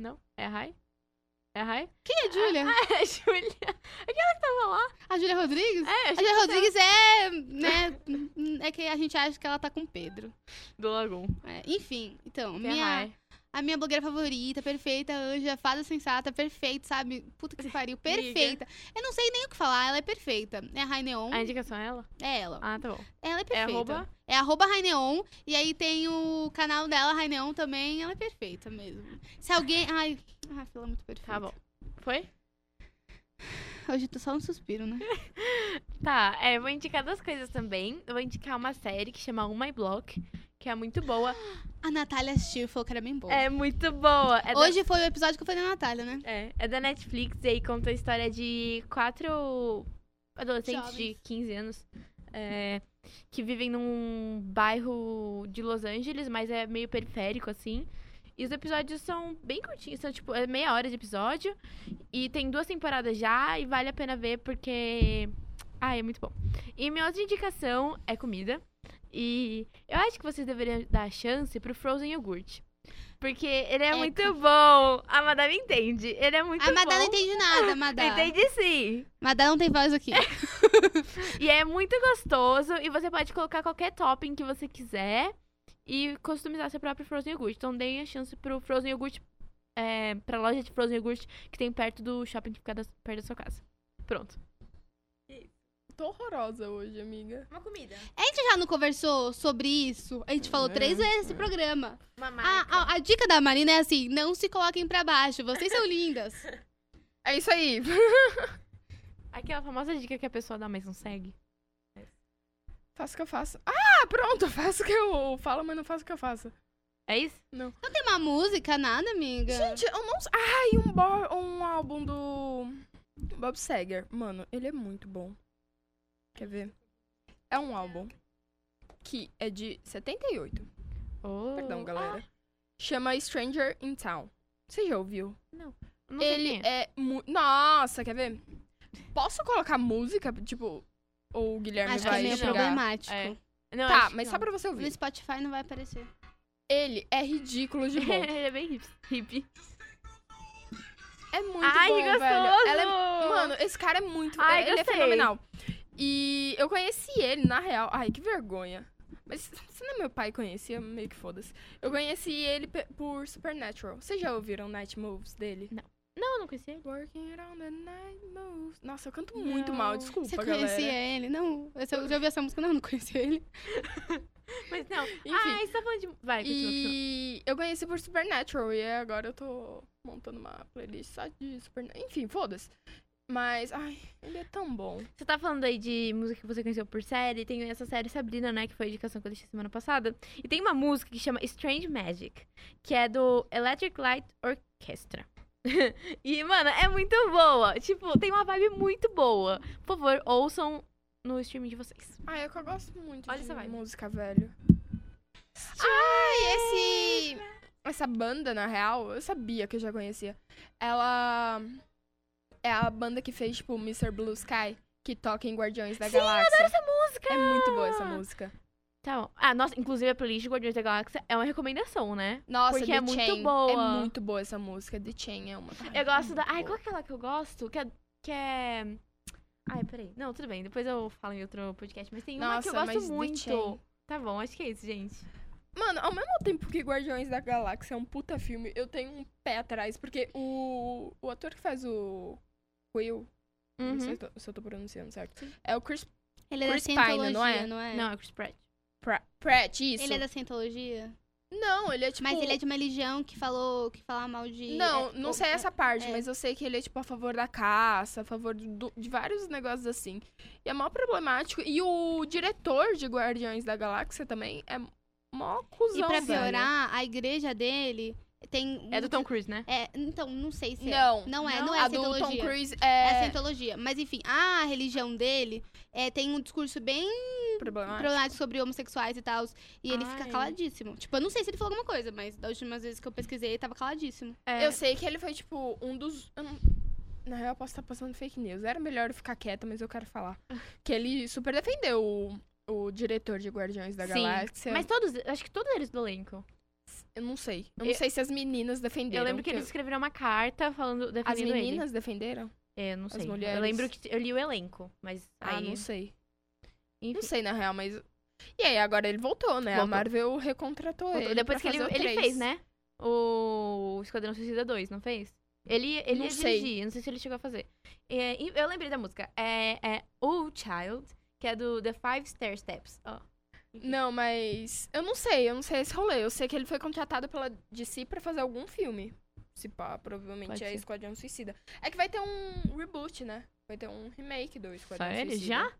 Não? É a Rai? É a Rai? Quem é a Júlia? <laughs> É a Julia. Aquela que tava lá. A Júlia Rodrigues? É, A Júlia Rodrigues é, né, é que a gente acha que ela tá com o Pedro. Do Lagoon. É, enfim, então, Tem a minha, Rai. a minha blogueira favorita, perfeita, anja, fada sensata, perfeita, sabe? Puta que pariu, perfeita. Eu não sei nem o que falar, ela é perfeita. É a Raineon, A indicação é ela? é ela. Ah, tá bom. Ela é É perfeita. arroba. É arroba Raineon, e aí tem o canal dela, Raineon também, ela é perfeita Tá mesmo. Se alguém... Ai, a Rafa, ela é muito perfeita. Tá bom. Foi? Hoje eu tô só no suspiro, né? Tá, é, eu vou indicar duas coisas também. Eu vou indicar uma série que chama On My Block, que é muito boa. A Natália assistiu e falou que era bem boa. É muito boa. É da- Hoje foi o episódio que eu falei da Natália, né? É, é da Netflix e aí conta a história de quatro adolescentes de Jovens. 15 anos é, que vivem num bairro de Los Angeles, mas é meio periférico, assim. E os episódios são bem curtinhos, são tipo é meia hora de episódio. E tem duas temporadas já e vale a pena ver porque. Ah, é muito bom. E minha outra indicação é comida. E eu acho que vocês deveriam dar a chance pro Frozen Yogurt. Porque ele é Eca. muito bom. A Madame entende. Ele é muito a Madá não bom. entende <laughs> nada, Madá. Entende sim. Madá não tem voz aqui. E é muito gostoso. E você pode colocar qualquer topping que você quiser. E customizar seu próprio Frozen Yogurt. Então deem a chance pro Frozen Yogurt. É, pra loja de Frozen Yogurt que tem perto do shopping que fica da- perto da sua casa. Pronto. Tô horrorosa hoje, amiga. Uma comida. A gente já não conversou sobre isso? A gente É. falou três vezes esse programa. Uma A, a- a dica da Marina é assim, não se coloquem pra baixo, vocês são <laughs> lindas. É isso aí. Aquela famosa dica que a pessoa dá, mas não segue. Faço o que eu faço. Ah, pronto, <laughs> faço o que eu falo, mas não faço o que eu faço. É isso? Não tem uma música, nada, amiga. Gente, eu não. s- Ai, um, bo- um álbum do Bob Seger. Mano, ele é muito bom. Quer ver? É um álbum que é de 78. Oh. Perdão, galera. Chama Stranger in Town. Você já ouviu? Ah, não sei Ele quem é. é muito. Nossa, quer ver? Posso colocar música? Tipo, ou o Guilherme Acho que é vai meio chegar. xingar? problemático. É. Não, Tá, acho que mas não. <laughs> só pra você No ouvir. Spotify não vai aparecer. Ele é ridículo <laughs> de bom. Ele é bem hip. hip. É muito Ai, bom, que gostoso! velho. Ela é Mano, esse cara é muito. Ai, ele é gostei. fenomenal. E eu conheci ele, na real. Ai, que vergonha. Mas se não é meu pai que conhecia, meio que foda-se. Eu conheci ele pe- por Supernatural. Vocês já ouviram Night Moves dele? Não, não conhecia ele. Working around the night moves. Nossa, eu canto muito mal, Não. desculpa, Você galera. conhecia ele? Não, eu só- já ouvi essa música, não, não conhecia ele. Mas não. Enfim. Ah, você tá falando de. Vai, continua, continua. E eu conheci por Supernatural e agora eu tô montando uma playlist só de Supernatural. Enfim, foda-se. Mas, ai, ele é tão bom. Você tá falando aí de música que você conheceu por série. Tem essa série Sabrina, né? Que foi a indicação que eu deixei semana passada. E tem uma música que chama Strange Magic, que é do Electric Light Orchestra. <laughs> e, mano, é muito boa. Tipo, tem uma vibe muito boa. Por favor, ouçam no streaming de vocês. Ai, é que eu gosto muito Olha de essa vibe. música, velho. Ai, esse... Essa banda, na real, eu sabia que eu já conhecia. Ela é a banda que fez, tipo, Mr. Blue Sky, que toca em Guardiões da Galáxia. Adoro essa música! É muito boa essa música. Tá bom. Ah, nossa, inclusive a playlist de Guardiões da Galáxia é uma recomendação, né? Nossa, Porque The é muito Chain. boa. É muito boa essa música. The Chain é uma... Eu gosto da. muito Ai, boa. qual é aquela que eu gosto? Que é. Que é... Ai, peraí. Não, tudo bem. Depois eu falo em outro podcast. Mas tem uma que eu Nossa, mas gosto The muito. Chain. Tá bom, acho que é isso, gente. Mano, ao mesmo tempo que Guardiões da Galáxia é um puta filme, eu tenho um pé atrás, porque o, o ator que faz o Will, não Uhum. sei se eu, tô, se eu tô pronunciando certo, Uhum. é o Chris Ele é Chris da Pine, não Scientologia, é? não é? Não, é Chris Pratt. Pra- Pratt, isso. Ele é da Scientologia? Não, ele é tipo... Mas ele é de uma religião que falou, que fala mal de... Não, é, não ou- sei é- essa parte, é. mas eu sei que ele é, tipo, a favor da caça, a favor do- do- de vários negócios assim. E é mó problemático. E o diretor de Guardiões da Galáxia também é mó cuzão, E pra velho. piorar, a igreja dele tem... É do Tom Cruise, né? É, então, não sei se é. Não. Não é, Não. não, é A do Tom Scientologia. Cruise É é, Scientologia. Mas enfim, a religião dele é, tem um discurso bem problemático. problemático sobre homossexuais e tal. E ele fica Ai. caladíssimo. Tipo, eu não sei se ele falou alguma coisa, mas das últimas vezes que eu pesquisei, ele tava caladíssimo. É. Eu sei que ele foi, tipo, um dos. eu não- Na real, eu posso estar passando fake news. Era melhor eu ficar quieta, mas eu quero <laughs> falar. Que ele super defendeu o, o diretor de Guardiões da Sim, Galáxia. Mas todos, acho que todos eles do elenco. eu não sei. Eu não Eu- sei se as meninas defenderam. eu lembro que eles escreveram uma carta falando, As defendendo meninas defenderam? ele. É, não sei. Eu mulheres. lembro que eu li o elenco, mas Ah, aí... não sei. Enfim. Não sei, na real, mas. E aí, agora ele voltou, né? A Voltou. Marvel recontratou ele. Depois que pra ele, fazer o ele três. fez, né? O Esquadrão Suicida 2, não fez? Ele, ele Não ia sei. dirigir, não sei se ele chegou a fazer. É, e eu lembrei da música. É, é Oh Child, que é do The Five Stair Steps. Ó. Não, mas. Eu não sei, eu não sei esse rolê. Eu sei que ele foi contratado pela DC pra fazer algum filme. Se pá, provavelmente Pode é ser. Esquadrão Suicida. É que vai ter um reboot, né? Vai ter um remake do Esquadrão Só ele? Suicida. Já?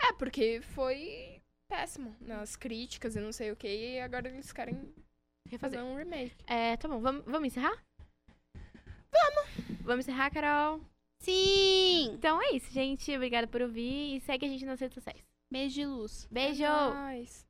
É, porque foi péssimo nas críticas e não sei o que, e agora eles querem fazer Refazer. um remake. É, tá bom, vamos vamos encerrar? Vamos! Vamos encerrar, Carol. Sim! Então é isso, gente. Obrigada por ouvir e segue a gente nas redes sociais. Beijo de luz. Beijo! É nóis.